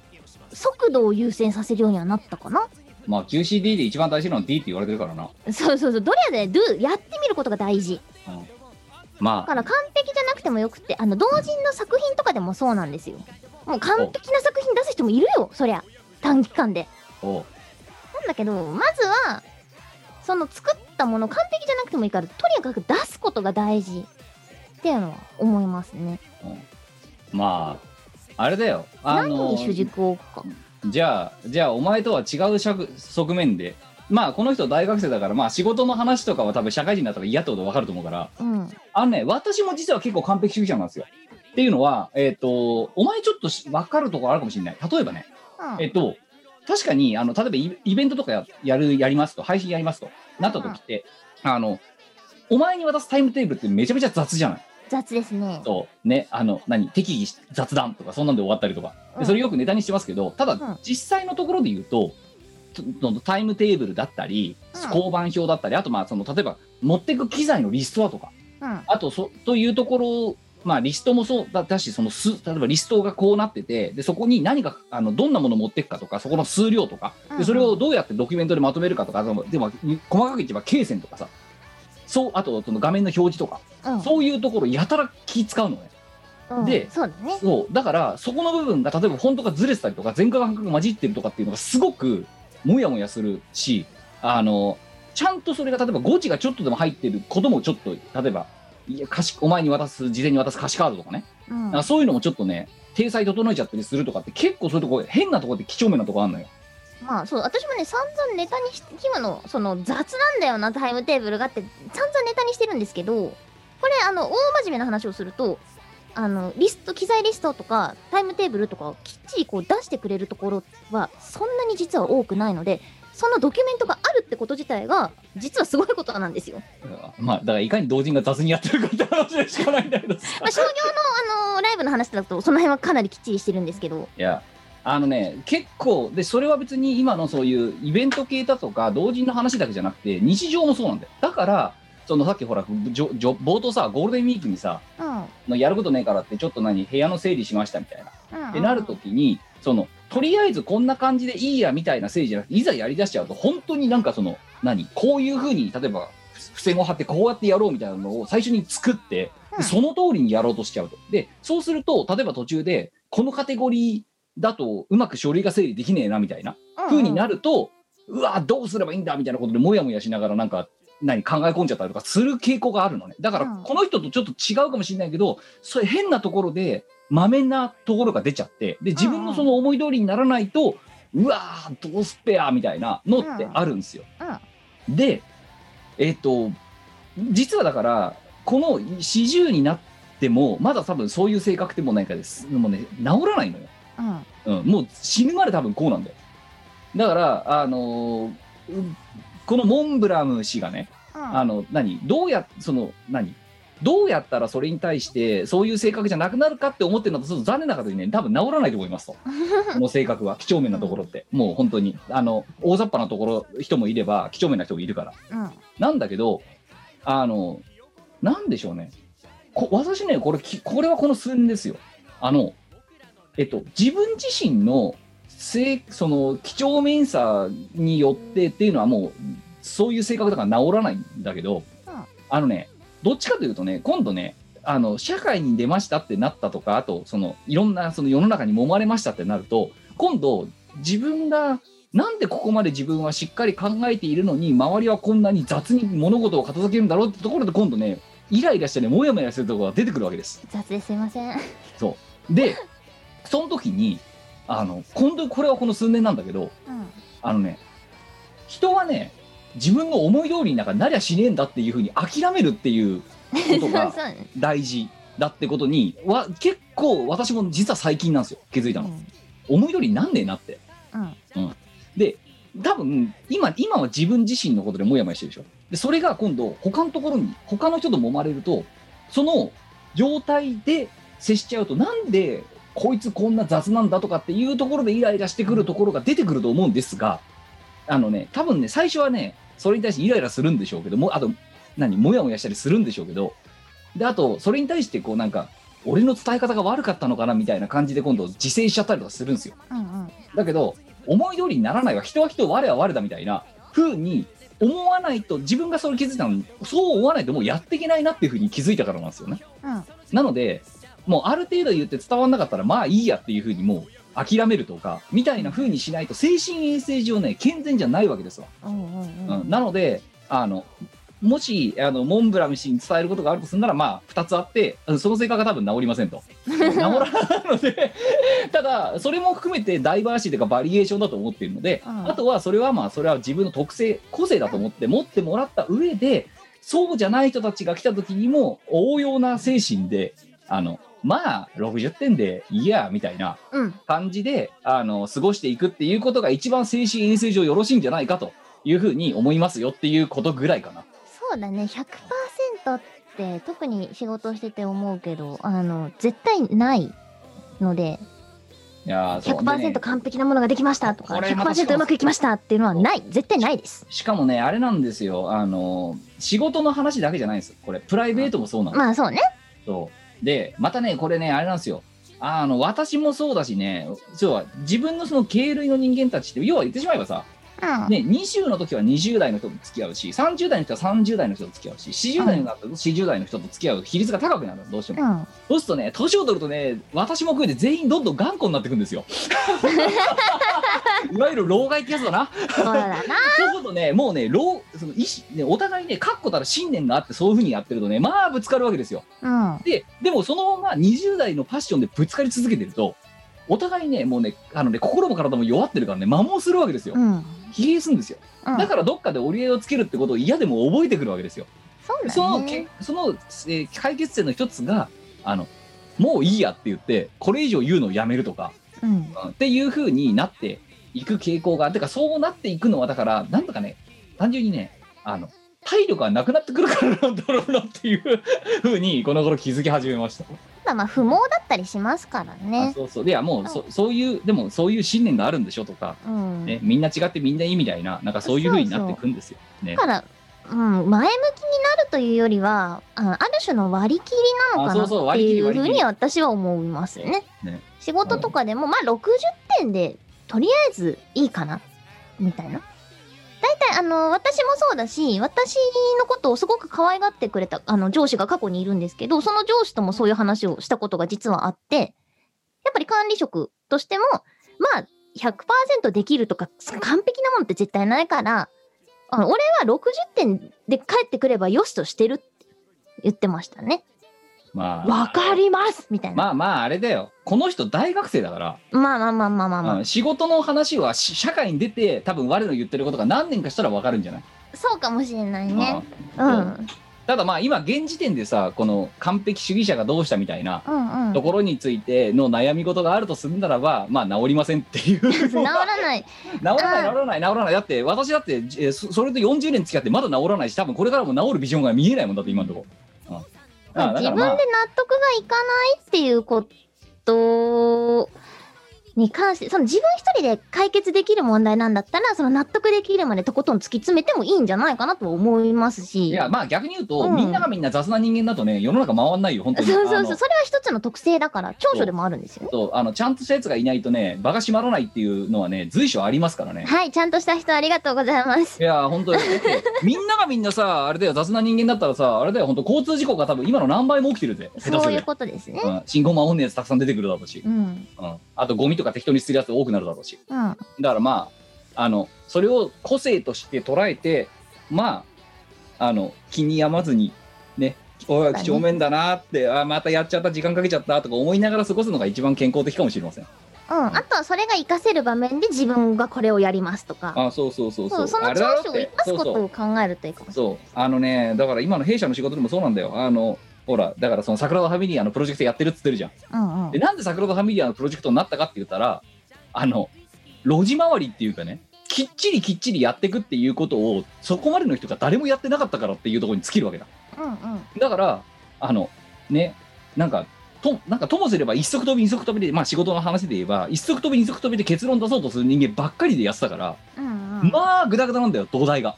速度を優先させるようにはなったかな
まあ QCD で一番大事なのは D って言われてるからな
そうそうそうどれで do やってみることが大事だ
ま
から完璧じゃなくてもよくってあの同人の作品とかでもそうなんですよもう完璧な作品出す人もいるよそりゃ短期間で
あおう
なんだけどまずはその作ったもの完璧じゃなくてもいいからとにかく出すことが大事っていうのは思いますね。
まああれだよあ
何
の
に主軸を置くか。
じゃあじゃあお前とは違う尺側面でまあこの人大学生だからまあ仕事の話とかは多分社会人だったら嫌ってこと分かると思うから
うん。
あのね、私も実は結構完璧主義者なんですよ。っていうのは、えっ、と、お前ちょっとし分かるところあるかもしれない。例えばね、えっ、と、確かに、あの、例えばイイベントとかややる、やりますと、配信やりますと、なった時って、あの、お前に渡すタイムテーブルってめちゃめちゃ雑じゃない。
雑ですね。
そう、ね、あの、何、適宜し雑談とか、そんなんで終わったりとか。でそれよくネタにしてますけど、た
うん
だ、実際のところで言うと、そそのタイムテーブルだったり
うん、
交番表だったり、あと、まあ、その、例えば、持ってく機材のリストだとか、
うん。
あとそ、というところを、まあ、リストもそうだだし、その数例えばリストがこうなってて、でそこに何かあのどんなものを持っていくかとか、そこの数量とか
うんう
で、
ん
それをどうやってドキュメントでまとめるかとか、そのでも細かく言えば、経線とかさ、そうあとその画面の表示とか、
うん。
そういうところ、やたら気使うのね。
うん
で
そうだね。
そうだから、そこの部分が例えばフォントがずれてたりとか、前科が半角混じってるとかっていうのが、すごくもやもやするし、あのちゃんとそれが例えば5時がちょっとでも入ってることもちょっと例えばいや歌詞お前に渡す事前に渡す歌詞カードとかね、
うん
なんかそういうのもちょっとね体裁整えちゃったりするとかって結構そういうとこ変なとこで几帳面なとこあんのよ
まあそう私もね散々ネタにしキムのその雑なんだよなタイムテーブルがって散々ネタにしてるんですけどこれあの大真面目な話をするとあのリスト機材リストとかタイムテーブルとかをきっちりこう出してくれるところはそんなに実は多くないのでそのドキュメントがあるってこと自体が実はすごいことなんですよ。
まあだからいかに同人が雑にやってるかって話でしかないんだけどさ
まあ、商業の、あのライブの話だとその辺はかなりきっちりしてるんですけど。
いやあのね結構でそれは別に今のそういうイベント系だとか同人の話だけじゃなくて日常もそうなんだよだからそのさっきほらじょじょ冒頭さゴールデンウィークにさ
うん。うん
のやることねえからってちょっと何部屋の整理しましたみたいな
うん
ってなるときにそのとりあえずこんな感じでいいやみたいな整理じゃなくていざやりだしちゃうと本当になんかその何こういうふうに例えば付箋を貼ってこうやってやろうみたいなのを最初に作って、
うん
その通りにやろうとしちゃうとでそうすると例えば途中でこのカテゴリーだとうまく書類が整理できねえなみたいな
うん
風になると、うわどうすればいいんだみたいなことでもやもやしながらなんか何考え込んじゃったりとかする傾向があるのねだから
うん
この人とちょっと違うかもしれないけどそういう変なところでまめなところが出ちゃってで自分のその思い通りにならないと、うわーどうすっぺやみたいなのってあるんですよ。でえっ、と実はだからこの40になってもまだ多分そういう性格ってもうなんかですもうね治らないのよ。
うん
うん、もう死ぬまで多分こうなんだよだからあのーうんこのモンブラム氏がね、
うん
あの何どうやその何どうやったらそれに対してそういう性格じゃなくなるかって思ってるのとちょっと残念なことにね多分治らないと思いますとこの性格は几帳面なところってもう本当にあの大雑把なところ人もいれば几帳面な人もいるから
うん
なんだけど、あの、なんでしょうね。こ私ね、これ、きこれはこの数年ですよ。あの、えっと、自分自身の、せその、几帳面さによってっていうのはもう、そういう性格だから治らないんだけど、
うん
あのね、どっちかというとね、今度ね、あの、社会に出ましたってなったとか、あと、その、いろんな、その世の中に揉まれましたってなると、今度、自分がなんでここまで自分はしっかり考えているのに周りはこんなに雑に物事を片付けるんだろうってところで今度ねイライラしてねモヤモヤするところが出てくるわけです
雑ですいません。
でその時にあの今度これはこの数年なんだけど
うん
あのね人はね自分の思い通りになんかなりゃしねえんだっていうふうに諦めるっていうこと が
そうね
大事だってことには結構私も実は最近なんですよ気づいたの、
うん
思い通りになんねえなって
うん
で多分今今は自分自身のことでモヤモヤしてるでしょでそれが今度他のところに他の人と揉まれるとその状態で接しちゃうとなんでこいつこんな雑なんだとかっていうところでイライラしてくるところが出てくると思うんですがあのね多分ね最初はねそれに対してイライラするんでしょうけどもあと何モヤモヤしたりするんでしょうけどであとそれに対してこうなんか俺の伝え方が悪かったのかなみたいな感じで今度自制しちゃったりとかするんですよ
うんうん
だけど思い通りにならないは人は人我は我だみたいな風に思わないと自分がそれ気づいたのそう思わないともうやっていけないなっていう風に気づいたからなんですよね
うん
なのでもうある程度言って伝わんなかったらまあいいやっていう風にもう諦めるとかみたいな風にしないと精神衛生上ね健全じゃないわけですわ、
うんうん
う
うんん
なのであのもしあのモンブラム氏に伝えることがあるとするならまあ2つあってうんその性格が多分治りませ んと治らないのでただそれも含めてダイバーシティとかバリエーションだと思っているので、
うん
あとはそれはまあそれは自分の特性個性だと思って持ってもらった上でそうじゃない人たちが来た時にも応用な精神であのまあ60点でいいやみたいな
うん
感じであの過ごしていくっていうことが一番精神衛生上よろしいんじゃないかというふうに思いますよっていうことぐらいかな。
そうだね100%って特に仕事してて思うけどあの絶対ないので
いやーそうでね
100%完璧なものができましたとか
これまたし
100%
かも
うまくいきましたっていうのはない絶対ないです
しかもねあれなんですよあの仕事の話だけじゃないんですこれプライベートもそうなの。
まあそうね
そうでまたねこれねあれなんですよあの私もそうだしねそう自分のその経類の人間たちって要は言ってしまえばさ
うん。
で20の時は20代の人と付き合うし30代の人は30代の人と付き合うし40代になると40代の人と付き合う比率が高くなるのどうしても、
うん。
そうするとね年を取るとね私も含めて全員どんどん頑固になっていく んですよいわゆる老害ってやつだな
そうだな。
そうするとねもうね老その意思ねお互いね確固たる信念があってそういうふうにやってるとねまあぶつかるわけですよ
うん。
ででもそのまま20代のパッションでぶつかり続けてるとお互いねもうねあのね心も体も弱ってるからね摩耗するわけですよ
うん。うん。
疲弊するんですよだからどっかで折り合いをつけるってことを嫌でも覚えてくるわけですよ。
そうだね。
そのけその、えー解決点の一つがあのもういいやって言ってこれ以上言うのをやめるとか、
うん。
うんっていうふうになっていく傾向がてかそうなっていくのはだからなんとかね単純にねあの体力がなくなってくるからなんだろうなっていうふうにこの頃気づき始めました。
ただまあ不毛だったりしますから
あ
ね。
そうそういやもうそそういうでもそういう信念があるんでしょとか、
うん。
ね、みんな違ってみんないいみたいななんかそういうふうになっていくんですよ。ね
だから、うん、前向きになるというよりは、あある種の割り切りなのか
あそうそう
なって
割り切
い
り
うふ
割り
う
切り
に私は思いますね。
ね
仕事とかでも、まあ60点で、とりあえずいいかな、みたいな。大体、あの、私もそうだし、私のことをすごく可愛がってくれた、あの、上司が過去にいるんですけど、その上司ともそういう話をしたことが実はあって、やっぱり管理職としても、まあ、100%できるとか、完璧なものって絶対ないから、あの俺は60点で帰ってくればよしとしてるって言ってましたね。
まあ、
わかりますみたいな。
まあまああれだよこの人大学生だから、
まあまあまあまあまあまあ、
うん仕事の話はし社会に出て多分我の言ってることが何年かしたら分かるんじゃない、
そうかもしれないね。う
うん
ん。う
そうんただまあ今現時点でさこの完璧主義者がどうしたみたいな
うん。
ところについての悩み事があるとするならばまあ治りませんっていう治
治らない。
らない 治らない治らないだって私だって、えーそそれと40年付き合ってまだ治らないし多分これからも治るビジョンが見えないもんだって今のところ、うんあだ
自
か
分
ら
で
まあ
納得がいかないっていうことに関して、その自分一人で解決できる問題なんだったら、その納得できるまでとことん突き詰めてもいいんじゃないかなとは思いますし。
いやまあ逆に言うと、
うん
みんながみんな雑な人間だとね世の中回んないよ本当
そう
に
そうそ
あの
う。それは一つの特性だから、長所でもあるんですよね。
そうあのちゃんとしたやつがいないとね場が閉まらないっていうのはね随所ありますからね。
はい、ちゃんとした人ありがとうございます。
いやー本 当にだってみんながみんなさあれだよ雑な人間だったらさあれだよ本当交通事故が多分今の何倍も起きてるぜ下手
そう
す
いう
る
ことですね。
うん、信号守んねえやつたくさん出てくるだろうし、
うん。
うん、あとゴミとか適当に捨てるやつ多くなるだろうし
うん。
だからまああのそれを個性として捉えてまああの気に病まずにねおい几帳面だなーってあーまたやっちゃった時間かけちゃったとか思いながら過ごすのが一番健康的かもしれません。
うん、あとはそれが活かせる場面で自分がこれをやりますとか、
あそうそうそう
そ
そうう
その
あれだ
長
ろ
所を
って
生かすことを考えるといいかもしれ
そうそうあのねだから今の弊社の仕事でもそうなんだよあのほらだからその桜田ファミリアのプロジェクトやってるっつってるじゃん
ない。うんうん
で。なんで桜田ファミリアのプロジェクトになったかって言ったらあの路地回りっていうかねきっちりきっちりやっていくっていうことをそこまでの人が誰もやってなかったからっていうところに尽きるわけだ
うんうん。
だからあのねなんかとなんかともすれば一足飛び二足飛びでまあ仕事の話で言えば一足飛び二足飛びで結論出そうとする人間ばっかりでやってたから
うんうん。
まあグダグダなんだよ土台が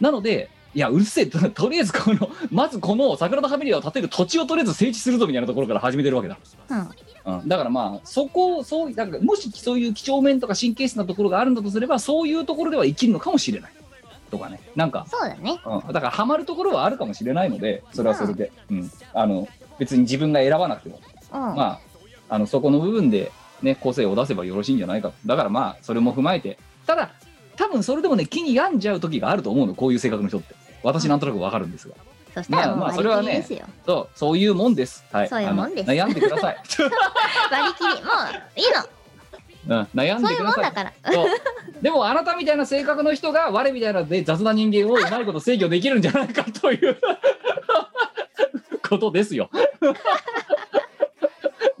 なのでいやうるせえと とりあえずこのまずこの桜田ファミリアを建てる土地をとりあえず整地するぞみたいなところから始めてるわけだ、うん、だからまあそこをそうだからもしそういう几帳面とか神経質なところがあるんだとすればそういうところでは生きるのかもしれないとかねなんか、
そうだね。
うん、だからハマるところはあるかもしれないのでそれはそれで、うん、あの別に自分が選ばなくても
うん。
まあ、あのそこの部分で、ね、個性を出せばよろしいんじゃないかだからまあそれも踏まえてただ多分それでもね気に病んじゃう時があると思うのこういう性格の人って私なんとなくわかるんですが
そしたらもう
まあま
割
あそ
り
れは
切
ね
りですよ。
そうそういうもんですはい
そういうもんです
あの悩んでくだ さい、
割り切り。もういい
うん、悩ん
の。
で
そういう
く
も
だ
んだ
さ
か
い
ら。
そうでもあなたみたいな性格の人が我みたいなので雑な人間をうまいこと制御できるんじゃないかということですよ。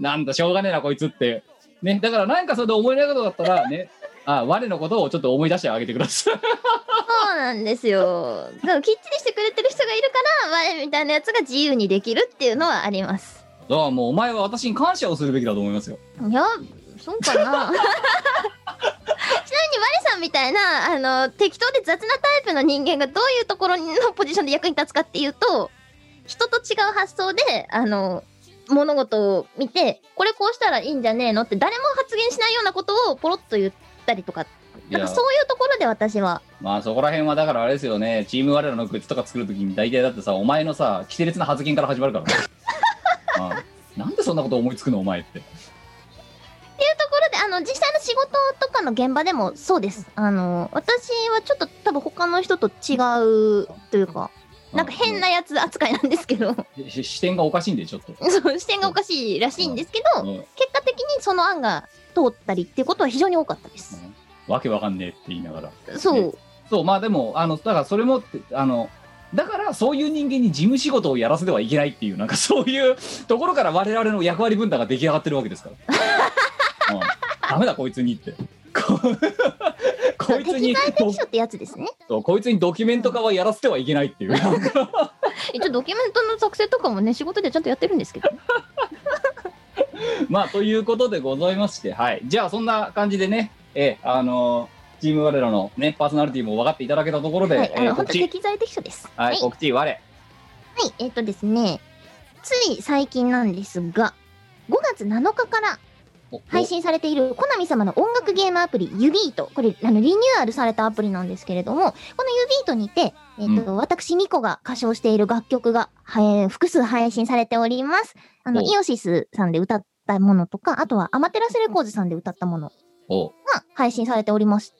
なんだしょうがねえなこいつって。ね、だからなんかそれで思い出ないことがあったらねあ我のことをちょっと思い出してあげてください。
そうなんですよ。でもきっちりしてくれてる人がいるから、前みたいなやつが自由にできるっていうのはあります。
だからもうお前は私に感謝をするべきだと思いますよ。
いや、そうかな。ちなみに、ワリさんみたいな、あの、適当で雑なタイプの人間がどういうところのポジションで役に立つかっていうと、人と違う発想で、あの、物事を見て、これこうしたらいいんじゃねえのって、誰も発言しないようなことをポロッと言ったりとか、
い
なん
や
かそういうところので私は
まあそこら辺はだからあれですよねチーム我らのグッズとか作るときに大体だってさお前のさ規定列な発言から始まるからね、ああなんでそんなこと思いつくのお前って
っていうところで、あの、実際の仕事とかの現場でもそうです。あの、私はちょっと多分他の人と違うというか、なんか変なやつ扱いなんですけど、
し視点がおかしいんでちょっと、
そう、視点がおかしいらしいんですけど、
うん
結果的にその案が通ったりっていうことは非常に多かったです。
わけわかんねえって言いながら
そう。
そうまあでもあのだからそれもってあのだからそういう人間に事務仕事をやらせてはいけないっていうなんか そういうところから我々の役割分担が出来上がってるわけで すから、うん、ダメだこいつにってこ こいつ
適
に
材適所ってやつですね。
そうこいつにドキュメント化はやらせてはいけないっていうなんか
一応ドキュメントの作成とかもね、仕事でちゃんとやってるんですけどね。
まあということでございましてはいじゃあそんな感じでねえあのチーム我らのねパーソナリティも分かっていただけたところで、
はい、あ
え
の、
告
本当
知
適材適所です。
は
はいい。
告知我
はい、えっ、とですね、つい最近なんですが、5月7日から
お
配信されているコナミ様の音楽ゲームアプリ、ユビート。これ、あの、リニューアルされたアプリなんですけれども、このユビートにて、えっ、と、私、ミコが歌唱している楽曲が、えー複数配信されております。あの、
お
イオシスさんで歌ったものとか、あとはアマテラスレコーズさんで歌ったもの
お
が配信されております。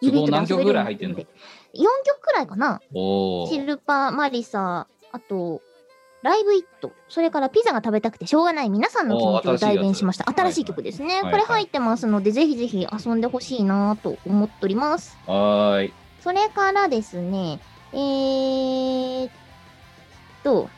都合
指と
何曲ぐらい入ってんの
?4 曲くらいかな
お
シ
ー
ルパーマリサあとライブイットそれからピザが食べたくてしょうがない皆さんの気持ちを代弁しました
おー
新し
新しいや
い
つ
曲ですね、
いはい
これ入ってますので、ぜひぜひ遊んでほしいなと思っております
はーい
それからですねえーっと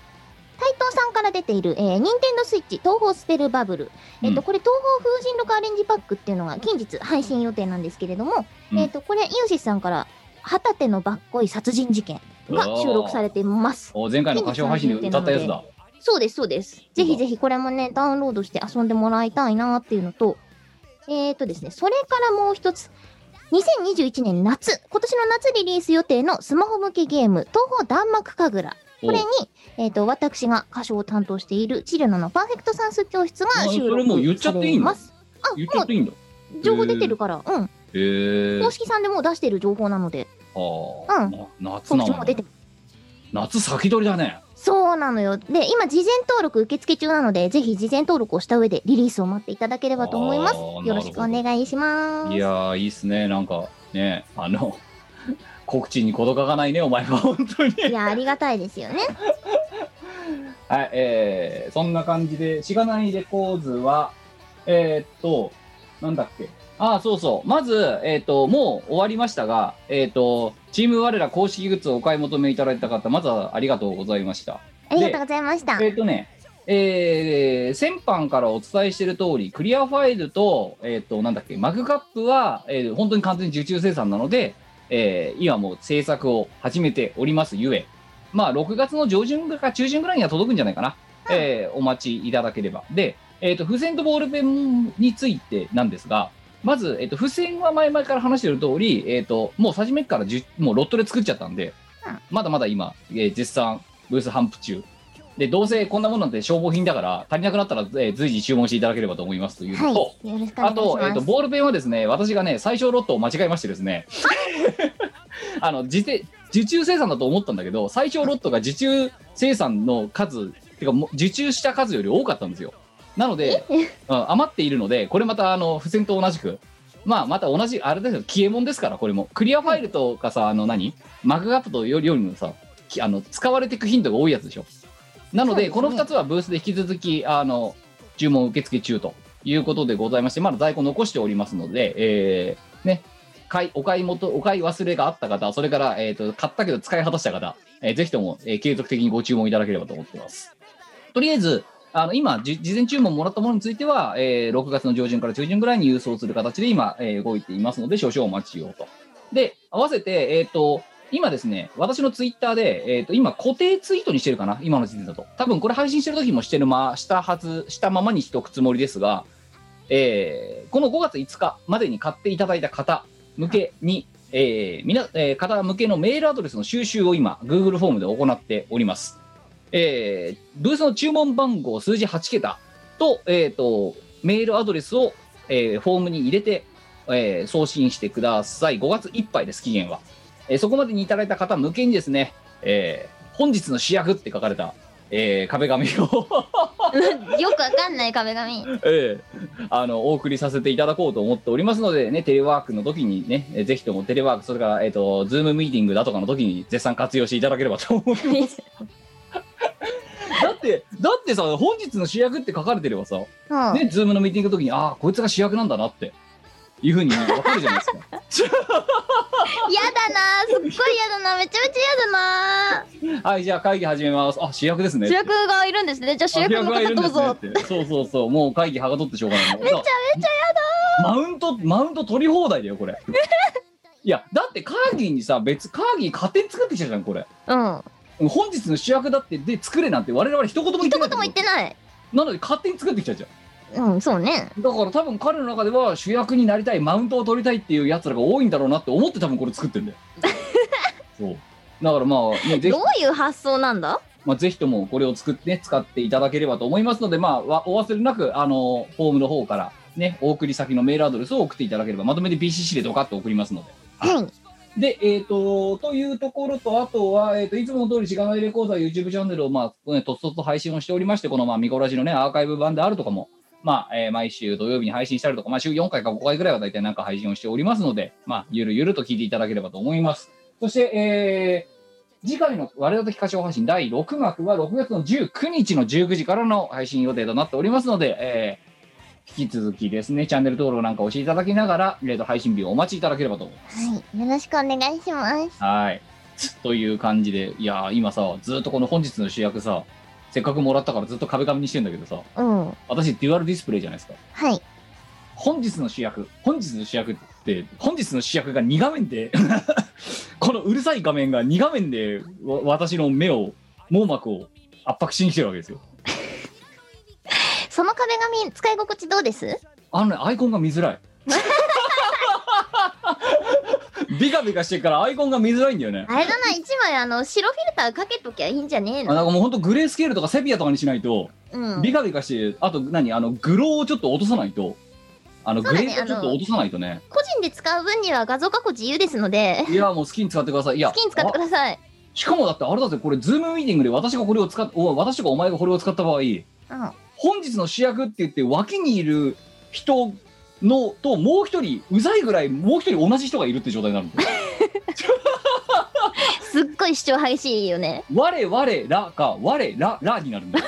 斎藤さんから出ている、えー、任天堂スイッチ東宝スペルバブル、えっ
う
と
ん
これ東宝風神録アレンジパックっていうのが近日配信予定なんですけれども、
うん
えっとこれイオシスさんから二十歳のばっこい殺人事件が収録されてます。
お前回の歌唱配信で歌ったやつだ。
そうです、そうです。ぜひぜひこれもね、ダウンロードして遊んでもらいたいなっていうのと、えーとですね、それからもう一つ、2021年夏、今年の夏リリース予定のスマホ向けゲーム、東方弾幕神楽。これに、えーと、私が歌唱を担当しているチルノのパーフェクト算数教室が収
あそれ
録
もう言っちゃっ
さ
ていい
れ
の
ます。あ、
お言っちゃ
も
っていいんだ。
う情報出てるから、うん。
へえ。
公式さんでもう出してる情報なので、
ああ、
うん
な夏
告
な
知も
の
出て
夏先取りだね。
そうなのよ。で、今、事前登録受付中なので、ぜひ事前登録をした上でリリースを待っていただければと思います
あー。
よろしくお願いします。
いやーいいっすねなんかねあの 告知に事欠かないねお前は本当に。
いやありがたいですよね。
はい、えー、そんな感じで、しがないレコーズは、えーっと、なんだっけ。ああ、そうそう。まず、えーっと、もう終わりましたが、えーっと、チーム我ら公式グッズをお買い求めいただいた方、まずはありがとうございました。
ありがとうございました。
えーっとね、えー、先般からお伝えしている通り、クリアファイルと、えーっと、なんだっけ、マグカップは、えー本当に完全に受注生産なので、えー今もう制作を始めておりますゆえ、まあ、6月の上旬か中旬ぐらいには届くんじゃないかな。えーお待ちいただければ。で、えっ、と、付箋とボールペンについてなんですが、まず、えっ、と、付箋は前々から話してる通り、えっ、と、もう初めからじゅもうロットで作っちゃったんで、
うん
まだまだ今、えー絶賛ブース頒布中。で、どうせこんなものなんて消耗品だから、足りなくなったら、えー随時注文していただければと思いますというのと、
はい。よろしくお願いします。
あと、えっ、と、ボールペンはですね、私がね、最小ロットを間違えましてですね、 あの、自て受注生産だと思ったんだけど、最小ロットが受注生産の数、てか、もう受注した数より多かったんですよ。なので、うん余っているので、これまた、あの、付箋と同じく、まあ、また同じ、あれですよ、消えもんですから、これも。クリアファイルとかさ、あの何、マグアップとよりよりもさ、きあの、使われていく頻度が多いやつでしょ。なので、この2つはブースで引き続き、あの、注文受付中ということでございまして、まだ在庫残しておりますので、えーね、買いお買い元、お買い忘れがあった方、それから、えっ、と、買ったけど使い果たした方、えーぜひとも、えー継続的にご注文いただければと思ってます。とりあえず、あの、今、じ事前注文もらったものについては、えー6月の上旬から中旬ぐらいに郵送する形で今、えー動いていますので、少々お待ちをと。で、合わせて、えっ、と、今ですね、私のツイッターで、えっ、と、今、固定ツイートにしてるかな今の時点だと。多分、これ配信してる時もしてるま、したはず、したままにしておくつもりですが、えーこの5月5日までに買っていただいた方向けに、えーみなえー方向けのメールアドレスの収集を今、Google フォームで行っております。えーブースの注文番号数字8桁と,、えー、とメールアドレスを、えーフォームに入れてえー送信してください5月いっぱいです期限は、えーそこまでにいただいた方向けにですね、えー本日の主役って書かれた、えー壁紙を
よくわかんない壁紙。
ええあのお送りさせていただこうと思っておりますのでねテレワークの時にねえぜひともテレワークそれからえっ、とズームミーティングだとかの時に絶賛活用していただければと思いますだってだってさ本日の主役って書かれてればさ
うん。
ねズームのミーティングの時にああこいつが主役なんだなっていうふうにわかるじゃないですか
やだなすっごいやだなめちゃめちゃやだな
はい、じゃあ会議始めます。あ、主役ですね。
主役がいるんですね。じゃあ主役の
あ主
方どうぞ。
がいるんですねってそうそうそう、もう会議はがとってしょうがない。めちゃめちゃやだマウント、マウント取り放題だよ、これ。いや、だって会議にさ、別、会議勝手に作ってきたじゃん、これ。
うん。
本日の主役だって、で、作れなんて我々一言も言って
一
な
言
いんだ
も
よ。
言ってない。
なので勝手に作ってきたじゃん。
うん、そうね。
だから多分彼の中では主役になりたい、マウントを取りたいっていう奴らが多いんだろうなって思って多分これ作ってんだよ。そう。だからまあ、ね、ぜひ
どういう発想なんだ
まあ、ぜひともこれを作って、ね、使っていただければと思いますので、まあ、わお忘れなく、あのフォームの方から、ね、お送り先のメールアドレスを送っていただければ、まとめて BCC でドカッと送りますので。
はい。
で、えっ、と、というところと、あとは、えっ、と、いつもの通り、時間外レコーダー YouTube チャンネルを、まあ、ね、とっそと配信をしておりまして、この、まあ、ミコラジのね、アーカイブ版であるとかも、まあ、えー毎週土曜日に配信したりとか、まあ、週4回か5回ぐらいは大体なんか配信をしておりますので、まあ、ゆるゆると聞いていただければと思います。そして、えー次回の我々的歌唱配信第6幕は6月の19日の19時からの配信予定となっておりますので、えー引き続きですね、チャンネル登録なんかをしていただきながら、レート配信日をお待ちいただければと思います。
はい。よろしくお願いします。
はい。 という感じで、いやー、今さ、ずっとこの本日の主役さ、せっかくもらったからずっと壁紙にしてんだけどさ、
うん。は
私、デュアルディスプレイじゃないですか。
い。
本日の主役、本日の主役って、本日の主役が2画面で、 このうるさい画面が2画面で、わ私の目を、網膜を圧迫しに来てるわけですよ。
その壁紙、使い心地どうです
あのね、アイコンが見づらい。ビカビカしてるからアイコンが見づらいんだよね。
あれだな、一枚あの、白フィルターかけときゃいいんじゃねえ
あ
の
なんかもうほんとグレースケールとかセピアとかにしないと、
うん。
ビカビカしてあと何あのグローをちょっと落とさないとあの
そう
グ
だ
レ
ね
ーをちょっと落とさないとね
個人で使う分には画像加工自由ですので、
いやもう好きに使ってくださいいや
好きに使ってく
あ
ださい。
しかもだってあれだぜこれズームミーティングで私がこれを使っお私とかお前がこれを使った場合
うん。
本日の主役って言って脇にいる人のともう一人うざいぐらいもう一人同じ人がいるって状態に なるんだよ
すっごい主張激しいよね。
我我らか我ららにな るんだよ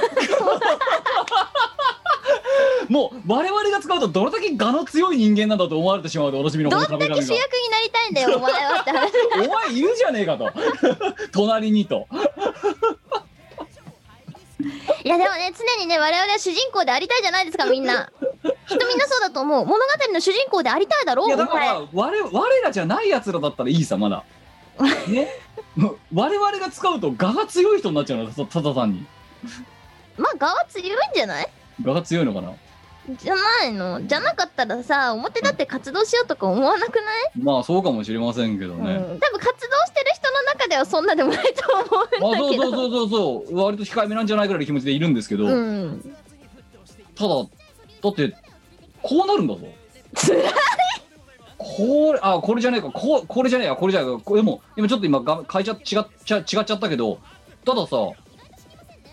もう我々が使うとどれだけ我の強い人間なんだと思われてしまうでおなじみのこ
ど
の
んだ
壁
け主
紙
役
が
になりたいんだよ、お前はって話。
お前いるじゃねえかと 隣にと
いやでもね、常にね、我々は主人公でありたいじゃないですか、みんな。きっとみんなそうだと思う。物語の主人公でありたいだろ、
いうや
お
だか
前。
ら我々我らじゃないやつらだったらいいさ まだね我々が使うと我が強い人になっちゃうのたただ単に
まあ、側強いんじゃない
我が強いのかな
じゃないのじゃなかったらさ、表立って活動しようとか思わなくない
まあそうかもしれませんけど
うん、多
ね、
分活動してる人の中ではそんなでもないと思
まあ
う
そ
ん
う
だけ
そう
ど。
そうそうそう割と控えめなんじゃないぐらいの気持ちでいるんですけど、
うん。
ただだってこうなるんだぞこれあこれじゃねえかこうこれじゃねえやこれじゃねえかこれでも今ちょっと今が変えちゃ違っちゃ違っちゃったけどたださ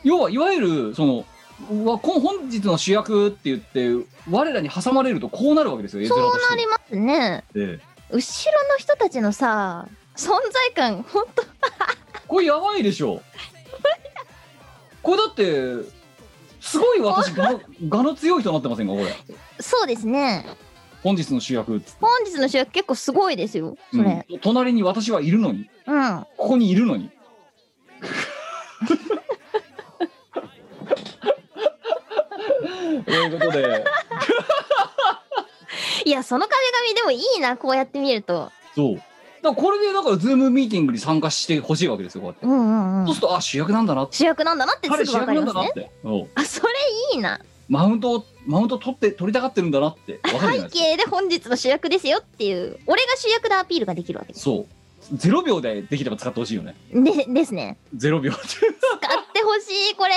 要はいわゆるそのうわこ本日の主役って言って我らに挟まれるとこうなるわけですよ絵面
そう
と
なりますね。
して
後ろの人たちのさ、存在感、ほんと、
これやばいでしょこれだってすごい私ががの強い人になってませんかこれ
そうですね。
本日の主役っつって
本日の主役結構すごいですよ、それ。
うん隣に私はいるのに
うん。
ここにいるのに。 ということで、
いや、その壁紙でもいいな、こうやって見ると。
そう。だからこれでだからズームミーティングに参加してほしいわけですよ。こうやって。
うんうんう
そうんす。るとあ主役なんだなって。
主役なんだなってす
彼
ぐ
主
わか
役
り
なん
ま
だ
す
な
ね
っ。て。そう
あ、それいいな。
マウントをマウント取って取りたがってるんだなってわかるじゃな
背 景
いですか。
で本日の主役ですよっていう、俺が主役だアピールができるわけです。
そう。ゼロ秒でできれば使ってほしいよね。
でですね。
ゼロ秒。
使ってほしい、これ。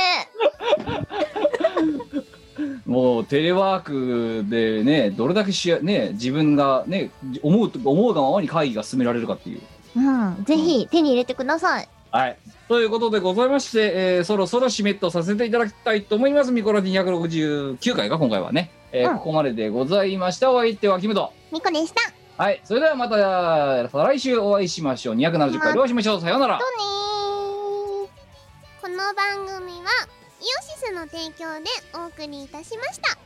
もうテレワークでね、どれだけしあね、自分がね、思うと、思うがままに会議が進められるかっていう。
うん、ぜひ手に入れてください。
はい。ということでございまして、えーそろそろ締めとさせていただきたいと思います。ミコラディ269回が今回はね、えー
うん
ここまででございました。お相手はキムと。
みこでした。
はい。それではまた、再来週お会いしましょう。270回でお会いしましょう。さようなら。
とねーこの番組はイオシスの提供でお送りいたしました。